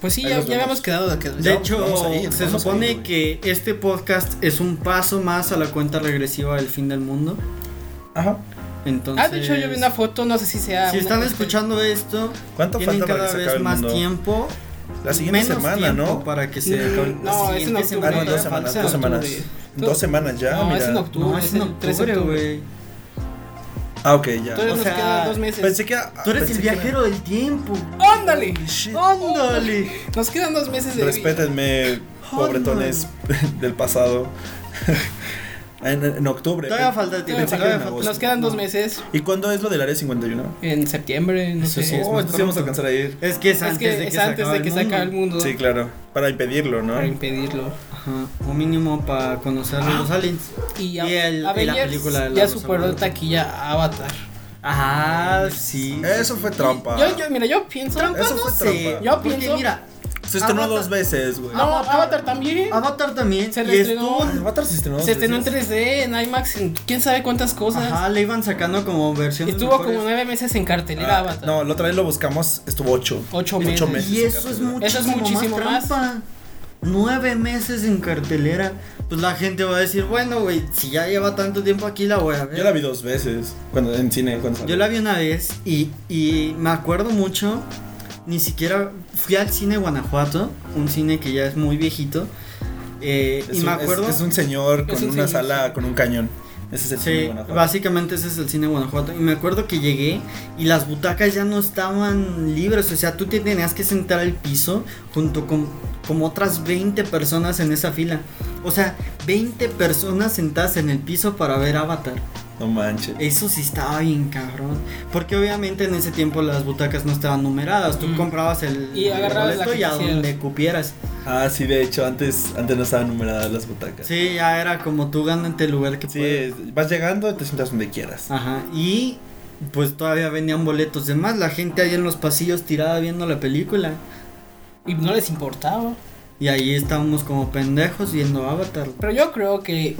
S2: pues sí,
S1: Ahí
S2: ya,
S1: los
S2: ya
S1: vemos.
S2: habíamos quedado de que.
S3: De
S1: Ya, vamos
S3: hecho,
S1: a ir,
S3: se
S1: vamos a
S3: supone
S1: ir, güey.
S3: que este podcast es un paso más a la cuenta regresiva del fin del mundo.
S1: Ajá.
S3: Entonces,
S2: Ah, de hecho yo vi una foto, no sé si sea.
S3: si
S2: una-
S3: están escuchando esto,
S1: ¿Cuánto
S3: tienen
S1: falta para
S3: cada
S1: que se
S3: vez
S1: acabe el
S3: más
S1: mundo?
S3: tiempo,
S1: La siguiente
S3: menos
S1: semana,
S3: tiempo
S1: ¿no?
S3: Para que se acabe.
S2: No, es en
S3: siguiente
S2: octubre.
S1: Ah,
S3: semana
S1: no, dos
S3: todavía
S1: semanas,
S2: falta
S1: dos semanas.
S2: octubre.
S1: Dos semanas ya,
S2: No,
S1: mira.
S2: es en octubre.
S3: No, es en
S2: el 13 de
S3: octubre,
S2: octubre.
S3: güey.
S1: Ah, ok, ya.
S2: Entonces
S3: O
S2: nos
S3: sea, pues,
S2: quedan dos meses.
S1: Pensé que. ah,
S3: Tú eres
S1: pensé
S3: el
S1: que era-
S3: viajero del tiempo.
S2: ¡Ándale!
S1: Shit.
S3: ¡Ándale!
S2: Nos quedan dos meses de vida.
S1: Respétenme, pobretones del pasado. en, en octubre.
S3: Todavía falta tiempo.
S2: Todavía
S1: Pensé que
S2: falta-
S1: era en agosto.
S2: Nos quedan dos
S3: No.
S2: meses
S1: ¿Y cuándo es lo del área 51?
S2: en septiembre, no
S3: Eso
S2: sé.
S3: sí es
S1: oh,
S3: más
S1: entonces sí vamos a
S3: pronto.
S1: alcanzar a ir.
S3: Es que es
S2: es
S3: antes
S2: que
S3: de que
S2: es
S3: se
S2: antes de
S3: acabe el
S2: que se
S3: mundo.
S2: acabe el mundo.
S1: Sí, claro. Para impedirlo, ¿no?
S2: Para impedirlo.
S3: Ajá, un mínimo para conocer a los aliens.
S2: Y,
S3: Y el- y la
S2: Avengers
S3: película de la
S2: ya
S3: Rosa
S2: superó en
S3: Guadalupe.
S2: taquilla a Avatar.
S3: Ajá, Ah, sí.
S1: Eso fue trampa.
S2: Yo, yo, mira, yo pienso.
S1: Eso fue trampa.
S2: Yo
S3: porque
S2: pienso-
S3: mira,
S1: Se estrenó
S3: Avatar.
S1: dos veces, güey.
S2: No, Avatar, también.
S3: Avatar también
S2: Se
S3: y
S2: le estrenó.
S3: estuvo-
S1: Avatar se estrenó dos
S2: Se estrenó en
S1: veces.
S2: 3D, en IMAX, en quién sabe cuántas cosas.
S3: Ajá, le iban sacando como versión
S2: Estuvo como nueve meses en cartelera
S1: Ah,
S2: Avatar.
S1: no, la otra vez lo buscamos, estuvo ocho.
S2: Ocho
S1: Ocho
S2: meses.
S1: meses.
S3: Y eso es muchísimo,
S2: Eso es muchísimo más.
S3: más trampa. Nueve meses en cartelera. Pues la gente va a decir, bueno, güey, si ya lleva tanto tiempo aquí, la voy a ver.
S1: Yo la vi dos veces cuando, en cine. Cuando salió.
S3: Yo la vi una vez y, y me acuerdo mucho, ni siquiera fui al cine Guanajuato, un cine que ya es muy viejito. eh,
S1: Es
S3: y
S1: un-
S3: me
S1: es-
S3: acuerdo,
S1: Es, un señor con
S2: Es un
S1: una
S2: señor.
S1: sala con un cañón. Ese es el cine de
S3: sí,
S1: Guanajuato.
S3: básicamente ese es el cine Guanajuato. Y me acuerdo que llegué y las butacas ya no estaban libres, o sea, tú te tenías que sentar al piso junto con como otras 20 personas en esa fila. O sea, 20 personas sentadas en el piso para ver Avatar.
S1: No manches.
S3: Eso sí estaba bien cabrón. Porque obviamente en ese tiempo las butacas no estaban numeradas. Tú
S2: Mm.
S3: comprabas el,
S2: Y agarrabas la
S3: boleto
S2: que
S3: y a
S2: quisieras.
S3: donde cupieras.
S1: Ah, sí, de hecho, antes, antes no estaban numeradas las butacas.
S3: Sí, ya era como tú gánate el lugar que
S1: Sí,
S3: puedas.
S1: es- vas llegando, te sientas donde quieras.
S3: Ajá. Y pues todavía venían boletos de más. La gente ahí en los pasillos tirada viendo la película.
S2: Y no les importaba.
S3: Y ahí estábamos como pendejos viendo Avatar.
S2: Pero yo creo que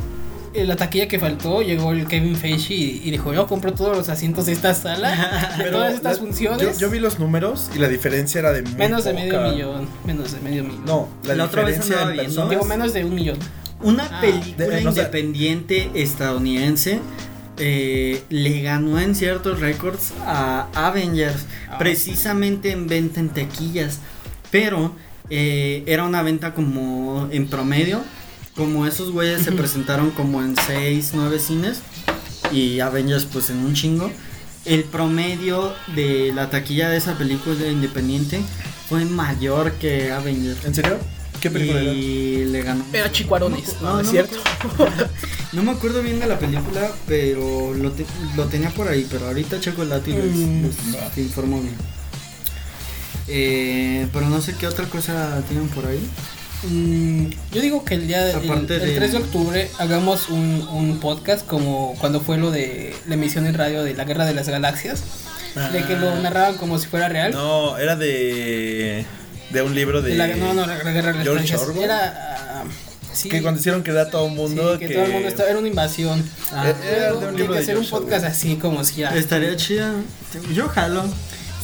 S2: en la taquilla que faltó llegó el Kevin Feige y, y dijo: Yo compro todos los asientos de esta sala, de
S1: Pero
S2: todas estas
S1: la-
S2: funciones.
S1: Yo, yo vi los números y la diferencia era de muy
S2: menos de
S1: poca.
S2: medio millón. Menos de medio millón.
S1: No, la,
S3: La otra vez
S1: diferencia
S3: andaba
S1: en
S3: viendo.
S1: personas.
S2: Digo, menos de un millón.
S3: Una
S2: Ah.
S3: película
S1: De- no sé.
S3: independiente estadounidense eh, le ganó en ciertos récords a Avengers,
S2: Ah.
S3: precisamente en venta en taquillas, pero eh, era una venta como en promedio, como esos güeyes se presentaron como en 6, 9 cines y Avengers pues en un chingo. El promedio de la taquilla de esa película independiente fue mayor que Avengers.
S1: ¿En serio? ¿Qué película era?
S3: Y le ganó.
S2: Pero chicuarones, no,
S3: No,
S2: es
S3: no
S2: cierto.
S3: No me acuerdo bien de la película, pero lo, te- lo tenía por ahí. Pero ahorita checo el dato y les-
S2: Mm.
S3: les-
S1: Va.
S3: te informo bien. Eh, pero no sé qué otra cosa tienen por ahí.
S2: Mm, yo digo que el día el,
S3: Aparte
S2: el
S3: de-
S2: 3 de octubre hagamos un, un podcast como cuando fue lo de la emisión en radio de la Guerra de las Galaxias, de que lo narraban como si fuera real.
S1: Ah. No, era de. De un libro de.
S2: La- no, no, la, la Guerra de las
S1: George
S2: Galaxias
S1: Orwell.
S2: era ah, sí,
S1: Que cuando hicieron que era todo el
S2: sí,
S1: mundo.
S2: que, todo el mundo estaba era una invasión.
S3: Ah,
S1: Eh, era de un
S2: Luego, hay
S1: libro
S2: que
S1: de
S2: hacer un
S1: George
S2: podcast
S1: Orwell. Este-
S2: así como si ya
S3: Estaría chida. Yo jalo,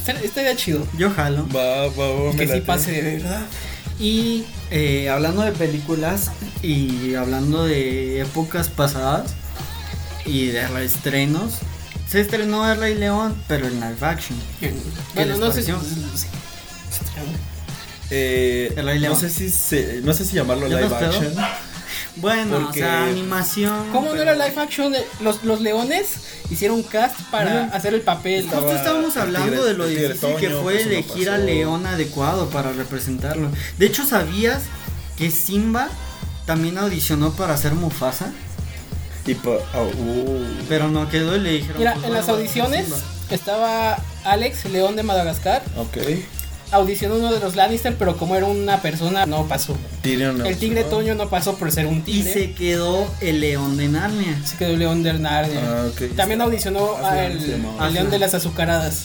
S2: Estar- estaría este chido
S3: yo jalo.
S1: Va, va, va,
S2: y
S1: me
S2: que sí
S1: late.
S2: pase de verdad.
S3: Y eh, hablando de películas y hablando de épocas pasadas y de reestrenos, se estrenó El Rey León, pero en live action.
S2: Bueno,
S3: les
S2: no sé si
S3: pareció?
S2: sí.
S1: Eh,
S3: El Rey
S1: no
S3: León.
S1: sé si se- Eh, no sé si llamarlo
S3: ¿Ya
S1: live
S3: nos quedó?
S1: action.
S3: Bueno,
S1: Porque-
S3: o sea, animación.
S2: ¿Cómo no
S3: pero-
S2: era live action? de- Los, los leones hicieron cast para hacer el papel.
S1: Estaba-
S3: Justo estábamos
S1: el
S3: hablando
S1: tigre-
S3: de lo
S1: el tigre
S3: difícil que
S1: Toño,
S3: fue
S1: pues, no
S3: elegir al
S1: pasó.
S3: león adecuado para representarlo. De hecho, ¿sabías que Simba también audicionó para ser Mufasa?
S1: Y pa- oh, uh.
S3: Pero no quedó y le dijeron.
S2: Mira,
S3: pues,
S2: en
S3: bueno,
S2: las
S3: va a ser
S2: audiciones
S3: Simba.
S2: estaba Alex, león de Madagascar.
S1: Ok.
S2: Audicionó uno de los Lannister, pero como era una persona, no pasó.
S1: Tyrion
S2: El tigre
S1: Lannister.
S2: Toño no pasó por ser un
S3: Y
S2: tigre.
S3: se quedó el león de Narnia.
S2: Se quedó el león de Narnia.
S1: Ah, ok.
S2: También audicionó
S1: Aslan
S2: al
S1: se llamaba.
S2: al león de las azucaradas.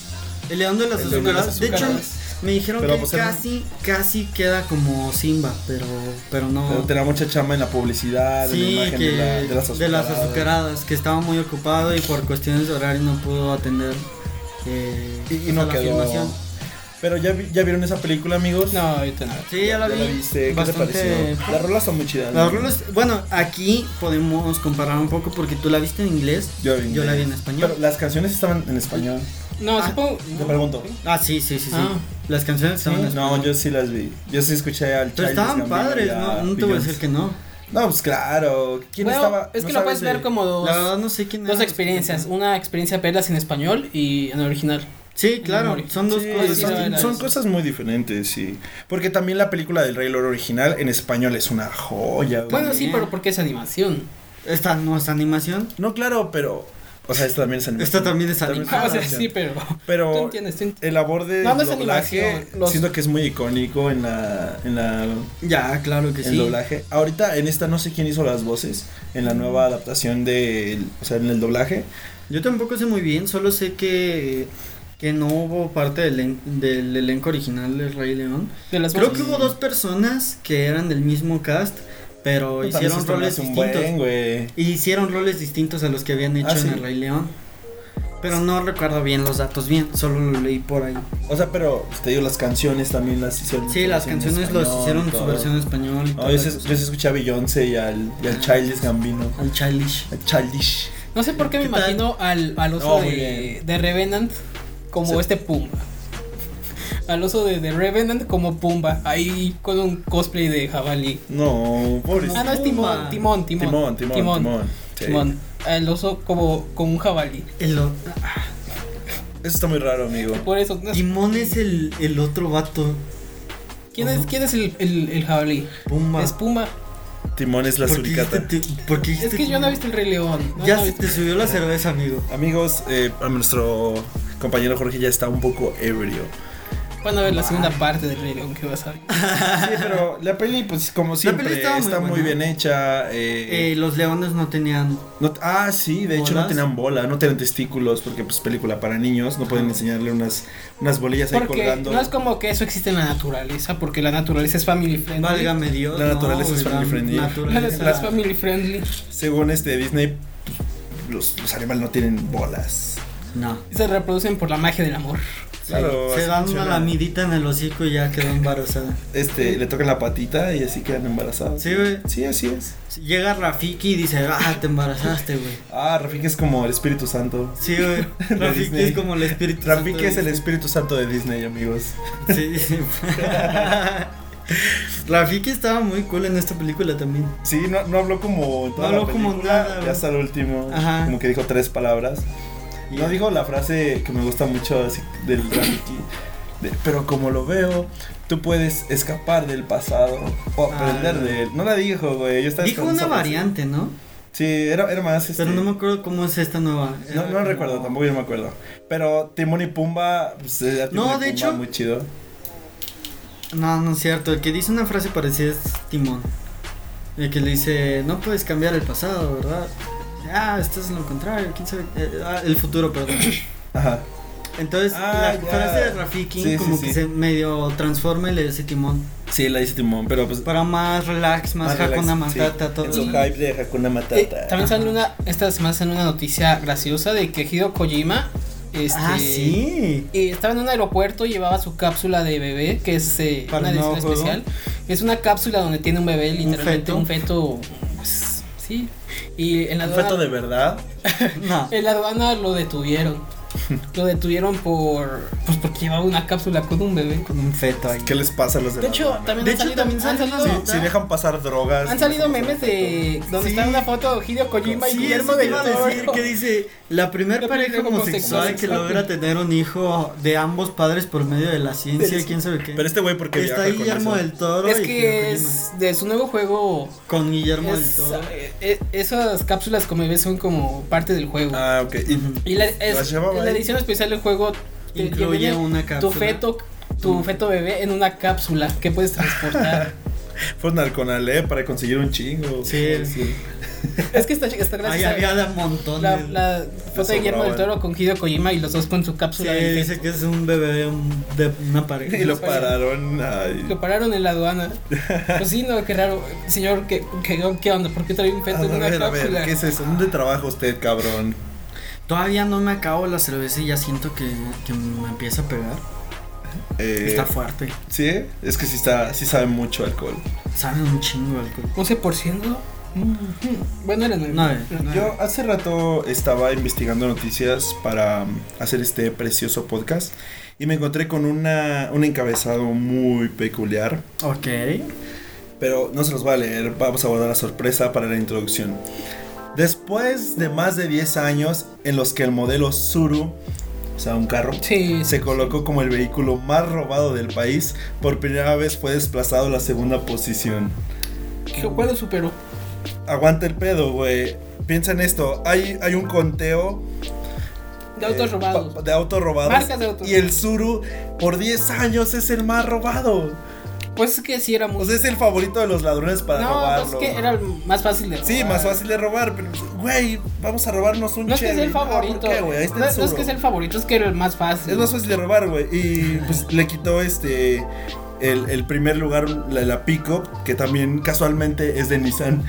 S3: El león de las
S1: El león de las
S3: azucaradas. De hecho,
S2: azucaradas.
S3: me dijeron
S1: Pero,
S3: que
S1: pues, era-
S3: casi, casi queda como Simba, pero, pero no.
S1: Pero tenía mucha chamba en la publicidad, en
S3: Sí,
S1: la imagen
S3: que
S1: Ah, de, la- de las
S3: azucaradas, que estaba muy ocupado y por cuestiones de horario no pudo atender eh,
S1: Y, y
S3: o
S1: no
S3: sea, la
S1: quedó.
S3: filmación.
S1: Pero ya, vi- ya vieron esa película, amigos.
S2: No, ahorita no.
S3: Sí, ya la vi.
S1: viste. ¿Qué
S3: bastante-
S1: te pareció? Las rolas son muy chidas.
S3: Las
S1: ¿no?
S3: rolas- bueno, aquí podemos comparar un poco porque tú la viste en inglés,
S1: Yo, vi en
S3: la vi
S1: inglés.
S3: en español.
S1: Pero las canciones estaban en español.
S2: No,
S3: Ah,
S2: supongo.
S1: Te pregunto.
S3: Ah, sí, sí, sí, sí.
S2: Ah.
S3: Las canciones estaban en español.
S1: No, yo sí las vi. Yo sí escuché al Childish
S3: Pero estaban
S1: Gambino y
S3: padres,
S1: a
S3: ¿no? No te voy a
S1: Beyoncé.
S3: decir que no.
S1: No, pues claro. ¿Quién
S2: Bueno,
S1: estaba?
S2: es
S1: ¿No
S2: que lo
S1: sabes
S2: puedes ver
S1: de-
S2: como dos,
S3: La verdad no sé quién
S2: dos
S3: era.
S2: experiencias. Una experiencia verlas en español y en el original.
S3: Sí, claro,
S2: memoria.
S3: son dos
S1: Sí,
S3: cosas.
S2: sí,
S1: son,
S2: la verdad.
S3: distintas.
S1: son cosas muy diferentes, sí. Porque también la película del Rey Loro original en español es una joya. güey.
S2: Bueno, sí, pero porque es animación.
S3: Esta no es animación.
S1: No, claro, pero. O sea, esta también es animación.
S3: Esta también es
S1: También es
S2: Ah,
S3: animada.
S2: o sea,
S1: animación.
S2: sí, pero. Tú
S1: Pero
S2: entiendes, tú entiendes.
S1: el labor de
S2: No, no es
S1: doblaje
S2: animación, los-
S1: siento que es muy icónico en la en la
S3: Ya, claro que
S1: el
S3: Pues sí.
S1: doblaje. Ahorita en esta no sé quién hizo las voces en la nueva adaptación de o sea, en el doblaje.
S3: Yo tampoco sé muy bien, solo sé que, que no hubo parte del, en- del elenco original del Rey León.
S2: De las
S3: Creo
S2: voces.
S3: que hubo dos personas que eran del mismo cast, pero
S1: Puta,
S3: hicieron
S1: eso
S3: roles
S1: Pues, también es
S3: distintos.
S1: un buen, güey.
S3: Y hicieron roles distintos a los que habían hecho
S1: Ah,
S3: en
S1: sí.
S3: el Rey León. Pero no recuerdo bien los datos bien, solo lo leí por ahí.
S1: O sea, pero pues, te digo las canciones también las hicieron.
S3: Sí, las
S1: en
S3: canciones
S1: español,
S3: los hicieron en
S1: todo.
S3: su versión en español. y
S1: No,
S3: toda
S1: yo,
S3: la
S1: sí-
S3: cosa.
S1: yo sí escuché a Beyoncé y al, y al Childish Gambino.
S3: Al Childish.
S1: Al Childish.
S2: No sé por qué me
S3: ¿Qué tal?
S2: imagino al, al oso
S1: No, muy
S2: de,
S1: bien.
S2: de Revenant como
S1: Sí.
S2: este Pumba. Al oso de, de Revenant como Pumba. Ahí con un cosplay de jabalí.
S1: No, pobrecito.
S2: Ah, no, es
S3: Pumba.
S2: Timón, Timón, Timón.
S1: Timón, Timón, Timón. sí.
S2: Timón. Ah, El oso como con un jabalí.
S3: El o-
S1: Eso está muy raro, amigo.
S2: Por eso. no es-
S3: Timón es el, el otro vato.
S2: ¿Quién es, quién es el, el, el jabalí?
S3: Pumba.
S2: Es Pumba.
S1: Timón es la
S3: ¿Por qué
S1: suricata.
S3: dijiste ti- por qué
S2: Es
S3: dijiste
S2: que yo no he
S3: Timón?
S2: visto el Rey León. No,
S3: Ya
S2: no he
S3: se
S2: visto.
S3: te subió la cerveza, amigo.
S1: Amigos, eh, a nuestro compañero Jorge ya está un poco ebrio.
S2: Van a ver la segunda parte del Rey León que vas a ver.
S1: Sí, pero la peli, pues como siempre,
S3: peli estaba muy
S1: está muy
S3: buena.
S1: bien hecha. eh,
S3: Eh, los leones no tenían.
S1: no- ah, sí, de hecho no
S3: ¿Bolas?
S1: tenían bola, no tenían testículos, porque pues película para niños, no pueden enseñarle unas, unas bolillas ahí
S2: Porque
S1: colgando.
S2: no es como que eso existe en la naturaleza, porque la naturaleza es family friendly.
S3: Válgame Dios.
S1: La
S3: no,
S1: naturaleza es
S3: güey, la
S1: family friendly.
S2: La naturaleza es
S3: naturaleza-
S2: family friendly.
S1: Según este Disney, pues, los, los animales no tienen bolas.
S3: No.
S2: Se reproducen por la magia del amor.
S1: Claro,
S3: se
S1: así
S3: dan
S1: funciona.
S3: una lamidita en el hocico y ya quedó embarazada.
S1: Este, le tocan la patita y así quedan embarazados.
S3: Sí, güey.
S1: Sí, así es.
S3: Llega Rafiki y dice, ah, te embarazaste, güey.
S1: Ah, Rafiki es como el Espíritu Santo.
S3: Sí, güey. Rafiki
S1: Disney.
S3: es como el espíritu.
S1: Rafiki es el
S3: espíritu.
S1: Espíritu Santo de Disney, amigos.
S3: Sí, sí. Rafiki estaba muy cool en esta película también.
S1: Sí, no, no habló como en toda
S3: No
S1: la
S3: habló como
S1: película,
S3: nada, güey.
S1: y hasta el último,
S3: Ajá.
S1: como que dijo tres palabras. Y no dijo la frase que me gusta mucho así, del Rafiki, de, pero como lo veo, tú puedes escapar del pasado o
S3: Ah.
S1: aprender de él. No la dijo, güey. Yo estaba
S3: Dijo
S1: esperando
S3: una
S1: esa frase.
S3: variante, ¿no?
S1: Sí, era, era más. este,
S3: Pero no me acuerdo cómo es esta nueva.
S1: no-
S3: Era
S1: no
S3: como-
S1: recuerdo, tampoco yo no me acuerdo. Pero Timón y Pumba, pues, era Timón
S3: No,
S1: y
S3: de
S1: Pumba
S3: hecho-
S1: muy chido.
S3: No, no es cierto. El que dice una frase parecida es Timón. El que le dice, no puedes cambiar el pasado, ¿verdad? Ah, estás en lo contrario, quién sabe. Eh, ah, el futuro, perdón.
S1: Ajá.
S3: Entonces,
S1: Ah,
S3: la
S1: ya.
S3: frase de Rafiki
S1: Sí, sí,
S3: como
S1: sí.
S3: que se medio transforma y le dice Timón.
S1: Sí, la dice Timón, pero pues.
S3: Para más relax, más
S1: relax,
S3: jacona
S1: sí.
S3: matata, todo.
S1: En su hype de Hakuna Matata.
S2: Eh, también sale una, esta semana sale una noticia graciosa de que Hideo Kojima. Este,
S3: Ah, sí.
S2: eh, estaba en un aeropuerto y llevaba su cápsula de bebé, que es eh,
S3: Para
S2: una
S3: el nuevo
S2: edición
S3: juego.
S2: especial. Es una cápsula donde tiene un bebé, literalmente
S3: feto.
S2: un feto. pues, sí. Y en la
S1: Un
S2: aduana,
S1: feto de verdad.
S3: No.
S2: en la aduana lo detuvieron. Lo detuvieron por. Pues porque llevaba una cápsula con un bebé.
S3: Con un feto ahí.
S1: ¿Qué les pasa a los de
S2: De
S1: la
S2: hecho,
S1: aduana?
S2: también
S3: De
S2: han
S3: hecho,
S2: salido.
S3: también
S2: han
S3: salió-
S2: salido,
S3: Sí,
S1: Si dejan pasar drogas.
S2: han salido memes de. Donde
S3: Sí.
S2: está una foto de Hideo Kojima y
S3: Sí,
S2: Guillermo
S3: eso te
S2: del
S3: iba a decir
S2: Toro.
S3: que dice la primera
S2: La
S3: pareja
S2: primera
S3: homosexual
S2: homosexual,
S3: que logra
S2: exacto.
S3: tener un hijo de ambos padres por medio de la ciencia,
S2: Pero-
S3: quién sabe qué.
S1: Pero este güey, porque
S3: Está
S1: viaja con
S3: Guillermo
S1: eso?
S3: del Toro
S2: Es
S3: y Hideo
S2: que
S3: Kojima.
S2: es de su nuevo juego.
S3: con Guillermo del
S2: es-
S3: Toro.
S2: eh, eh, esas cápsulas con bebés son como parte del juego.
S1: Ah, ok. Y-
S3: Ujú.
S2: Y la, es-
S1: Las llevaba
S2: en la
S1: ahí.
S2: edición especial del juego te-
S3: Incluye
S2: te viene
S3: una
S2: tu
S3: cápsula.
S2: feto, tu feto bebé en una cápsula que puedes transportar.
S1: Fueron al Conalep eh, para conseguir un chingo.
S3: Sí.
S2: es que está, está
S3: Ahí
S2: gracias
S3: había
S2: a
S3: de montón.
S2: la,
S3: de-
S2: la foto de Guillermo del Toro con Hideo Kojima y los dos con su
S3: Sí,
S2: cápsula. de
S3: dice
S2: feto.
S3: que es un bebé un- de una pareja.
S1: Y lo pararon. ay.
S2: Lo pararon en la aduana. Pues sí, no, qué raro. Señor, ¿qué, qué, qué onda? ¿Por qué trae un
S1: A
S2: feto en una
S1: ver, a
S2: cápsula?
S1: ver, ¿qué es eso? ¿Dónde trabaja usted, cabrón?
S3: Todavía no me acabo la cerveza y ya siento que, que me empieza a pegar.
S1: Eh,
S3: Está fuerte.
S1: ¿Sí? Es que sí, está, sí sabe mucho alcohol.
S3: Sabe un chingo de alcohol.
S2: 11%. Mm, Bueno, era nueve.
S3: Nueve, nueve.
S1: Yo hace rato estaba investigando noticias para um, hacer este precioso podcast y me encontré con una, un encabezado muy peculiar,
S3: Ok.
S1: pero no se los voy a leer, vamos a guardar la sorpresa para la introducción. Después de más de 10 años en los que el modelo Suru, o sea, un carro,
S2: Sí,
S1: se colocó como el vehículo más robado del país, por primera vez fue desplazado a la segunda posición.
S2: ¿Qué- ¿Cuál lo superó?
S1: Aguanta el pedo, güey. Piensa en esto, hay, hay un conteo
S2: De autos
S1: eh,
S2: robados.
S1: pa- De autos robados.
S2: Marcas de autos.
S1: Y el Zuru por 10 años es el más robado.
S2: Pues es que sí era muy...
S1: O sea, es el favorito de los ladrones para
S2: no,
S1: robarlo.
S2: pues es que era el más fácil de
S1: Sí,
S2: robar.
S1: más fácil de robar, pero güey, vamos a robarnos un
S2: No es que sea
S1: Chevy.
S2: el favorito.
S1: Ah, ¿por qué, güey? Ahí está
S2: no,
S1: el
S2: no es
S1: Zuru.
S2: que sea el favorito, es que era el más fácil.
S1: Es más fácil de robar, güey. Y pues le quitó este el, el primer lugar la, la pickup, que también casualmente es de Nissan.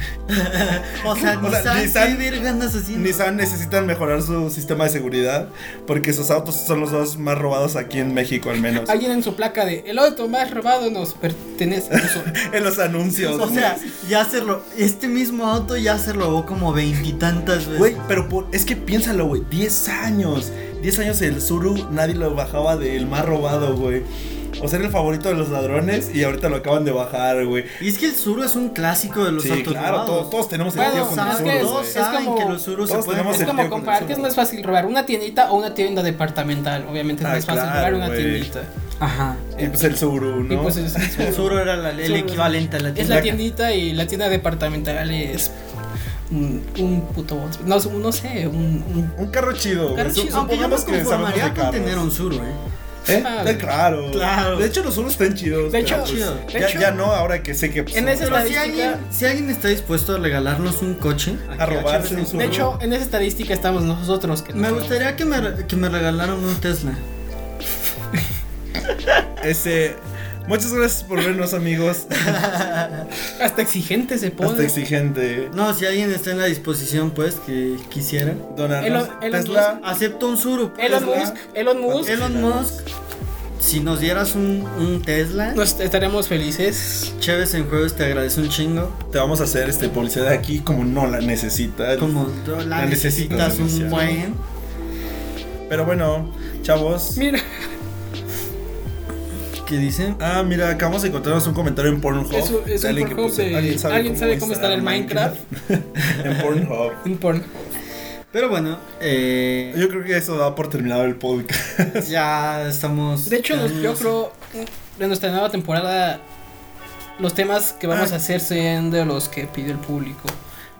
S3: O sea,
S1: O sea,
S3: Nissan,
S1: Nissan-
S3: ¿qué verga andas haciendo?
S1: Nissan necesitan mejorar su sistema de seguridad porque sus autos son los dos más robados aquí en México al menos.
S2: Alguien en su placa de el auto más robado nos pertenece. Eso.
S1: En los anuncios.
S3: O sea, ya se ro- Este mismo auto ya se robó como veintitantas veces.
S1: Güey, pero por- es que piénsalo, güey. 10 años. 10 años el Zuru nadie lo bajaba del más robado, güey. O sea, era el favorito de los ladrones y ahorita lo acaban de bajar, güey.
S3: Y es que el Zuru es un clásico de los
S1: Sí,
S3: autos
S1: claro,
S3: robados.
S1: todos, todos tenemos el
S2: Bueno,
S1: tío con el
S2: es
S1: Zuru,
S2: que es-
S1: güey.
S3: todos saben
S2: como-
S3: que los Zurus se
S1: todos
S3: pueden
S1: tenemos
S2: Es
S1: el
S2: como
S1: tío con el
S2: comparar
S1: Zuru.
S2: que es más fácil robar una tiendita o una tienda departamental. Obviamente es
S1: Ah,
S2: más fácil
S1: claro,
S2: robar una
S1: güey.
S2: tiendita.
S3: Ajá.
S1: Y pues el Zuru, ¿no?
S2: Y pues es,
S3: El Zuru era la- el
S2: Zuru.
S3: equivalente a la
S2: es
S3: tienda.
S2: la tiendita y la tienda departamental es un, un puto... No, no sé, un- un
S1: un carro chido.
S2: Un carro
S1: güey.
S2: chido,
S3: Aunque yo me
S1: Supongamos que sabemos
S3: conformaría
S1: de
S3: con
S1: carros.
S3: tener un Zuru, eh.
S1: ¿Eh?
S2: Ah,
S1: Eh, claro.
S3: Claro.
S1: De hecho, los Zurus están chidos.
S2: De
S1: pero,
S2: hecho,
S1: pues,
S3: chido.
S2: de
S1: ya,
S2: hecho,
S1: ya no, ahora que sé que. pues,
S2: en ese
S1: son-
S3: Pero si
S2: estadística-
S3: alguien, si alguien está dispuesto a regalarnos un coche,
S1: A robarse un Zuru.
S2: De hecho, en esa estadística estamos nosotros. Que
S3: me
S2: nos-
S3: gustaría que me, re- que me regalaran un Tesla.
S1: Este. Muchas gracias por vernos, amigos.
S2: Hasta exigente se pone.
S1: Hasta exigente.
S3: No, si alguien está en la disposición, pues, que quisiera.
S1: Donarnos.
S2: Elon- Elon
S1: Tesla.
S3: Acepto un Zuru. pues.
S2: Elon
S1: Tesla.
S2: Musk, Elon Musk,
S3: Elon Musk, si nos dieras un, un Tesla,
S2: nos estaremos felices.
S3: Chéves en jueves te agradece un chingo.
S1: Te vamos a hacer este publicidad aquí como no la necesitas.
S3: Como tú la,
S1: La necesito
S3: necesitas un
S1: demasiado.
S3: buen.
S1: Pero bueno, chavos.
S2: Mira,
S3: ¿Qué dicen?
S1: Ah, mira, acabamos de encontrarnos un comentario en Pornhub.
S2: es un, es
S1: de
S2: un
S1: alguien que
S2: Pornhub
S1: puso,
S2: de-
S1: ¿alguien sabe,
S2: ¿alguien sabe cómo
S1: instalar
S2: instalar el Minecraft?
S1: en Pornhub.
S2: Un porno.
S3: Pero bueno, eh,
S1: Yo creo que eso da por terminado el podcast.
S3: ya estamos.
S2: De hecho, nos- yo
S3: quedándonos-
S2: creo en nuestra nueva temporada los temas que vamos
S1: Ah.
S2: a hacer sean de los que pide el público.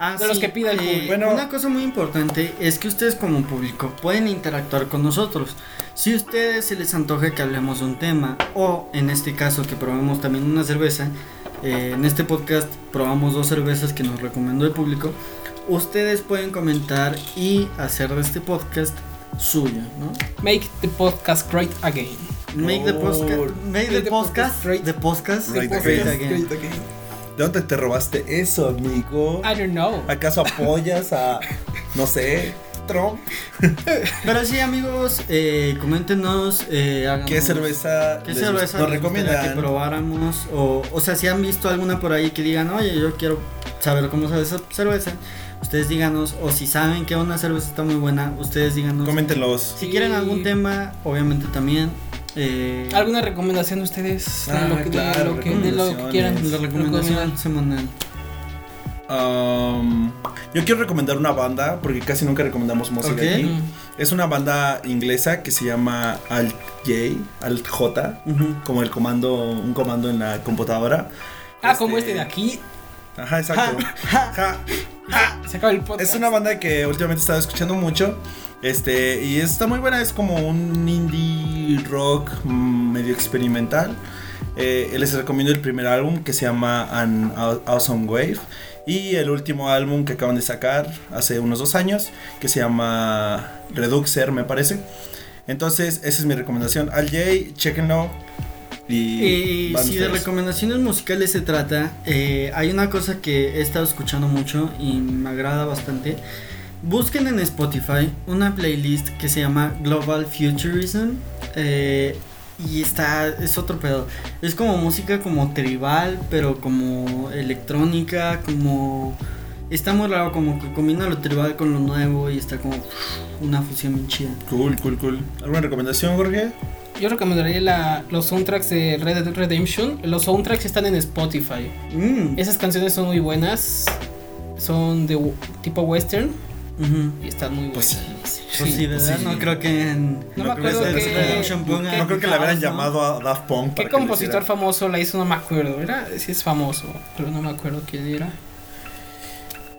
S3: Ah,
S2: de los que pida el público.
S1: Bueno.
S3: Una cosa muy importante es que ustedes como público pueden interactuar con nosotros. Si a ustedes se les antoja que hablemos de un tema o en este caso que probemos también una cerveza, eh, en este podcast probamos dos cervezas que nos recomendó el público, ustedes pueden comentar y hacer de este podcast suyo, ¿no?
S2: Make the podcast great again.
S3: Make the
S1: Oh.
S3: podcast, make the podcast,
S2: great.
S3: the podcast
S1: Great
S3: great
S1: again.
S3: again.
S1: ¿De dónde te robaste eso, amigo?
S2: I don't know.
S1: ¿Acaso apoyas a, no sé, Trump?
S3: Pero sí, amigos, eh, coméntenos. Eh,
S1: ¿Qué
S3: háganos-
S1: cerveza,
S3: ¿Qué
S1: les
S3: cerveza
S1: nos
S3: les gustaría
S1: recomiendan?
S3: que probáramos? O, o sea, si han visto alguna por ahí que digan, oye, yo quiero saber cómo sabe esa cerveza, Ustedes díganos, o si saben que una cerveza está muy buena, ustedes díganos.
S1: Coméntenlos.
S3: Si quieren algún tema, obviamente también. eh,
S2: ¿Alguna recomendación de ustedes? De
S1: Ah,
S2: lo que- de
S1: claro,
S2: lo que, de lo que quieran.
S3: La recomendación semanal.
S1: Um, yo quiero recomendar una banda porque casi nunca recomendamos música
S3: Ok.
S1: aquí.
S2: Mm.
S1: Es una banda inglesa que se llama Alt J, Alt J,
S3: Ujú.
S1: como el comando, un comando en la computadora.
S2: Ah, como
S1: Este-
S2: este de aquí.
S1: Ajá, exacto. Ja.
S2: Se acaba el podcast.
S1: Es una banda que últimamente he estado escuchando mucho. Este, y está muy buena, es como un indie rock mm, medio experimental. Eh, les recomiendo el primer álbum que se llama An Aw- Awesome Wave. Y el último álbum que acaban de sacar hace unos dos años, que se llama Reduxer, me parece. Entonces, esa es mi recomendación. Al Jay, chequenlo. Y,
S3: Eh,
S1: van
S3: si de
S1: ustedes.
S3: recomendaciones musicales se trata, eh, hay una cosa que he estado escuchando mucho y me agrada bastante. Busquen en Spotify una playlist que se llama Global Futurism. eh, y está, es otro pedo. Es como música como tribal, pero como electrónica, como... Está muy raro, como que combina lo tribal con lo nuevo y está como una fusión bien chida.
S1: Cool, cool, cool. ¿Alguna recomendación, Jorge?
S2: Yo recomendaría la- los soundtracks de Red Dead Redemption. Los soundtracks están en Spotify.
S3: Mm,
S2: Esas canciones son muy buenas. Son de w- tipo western
S3: ujú.
S2: y están muy
S1: Pues
S2: buenas.
S3: Pues sí, ¿verdad?
S1: sí.
S3: No creo que en...
S2: No,
S1: No
S2: me
S1: creo
S2: acuerdo
S1: que-
S2: que,
S3: Redemption
S1: No,
S3: ponga-
S1: no creo que le hubieran
S3: ¿no?
S1: llamado a Daft Punk. para
S2: qué
S1: que le
S2: compositor
S1: hiciera.
S2: famoso la hizo, no me acuerdo. Era, sí es famoso, pero no me acuerdo quién era.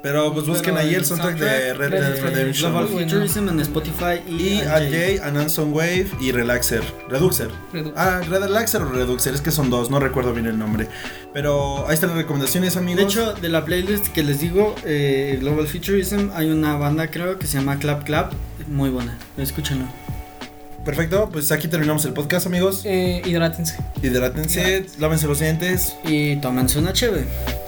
S1: Pero pues busquen
S3: Pero
S1: ahí el
S3: el
S1: soundtrack de Red
S2: Red
S1: Dead
S2: Dead
S1: Redemption.
S3: Global
S2: Bueno.
S3: Futurism en Spotify y,
S1: Y Al Jay, An Anson Wave y Relaxer. Reduxer.
S2: Redu-
S1: Ah, Relaxer o Reduxer, es que son dos, no recuerdo bien el nombre. Pero ahí están las recomendaciones, amigos.
S3: De hecho, de la playlist que les digo, eh, Global Futurism, hay una banda creo que se llama Clap Clap, muy buena, escúchenlo.
S1: perfecto, pues aquí terminamos el podcast, amigos.
S2: Eh, hidrátense.
S1: Hidrátense, lávense los dientes.
S3: Y tómense una chévere.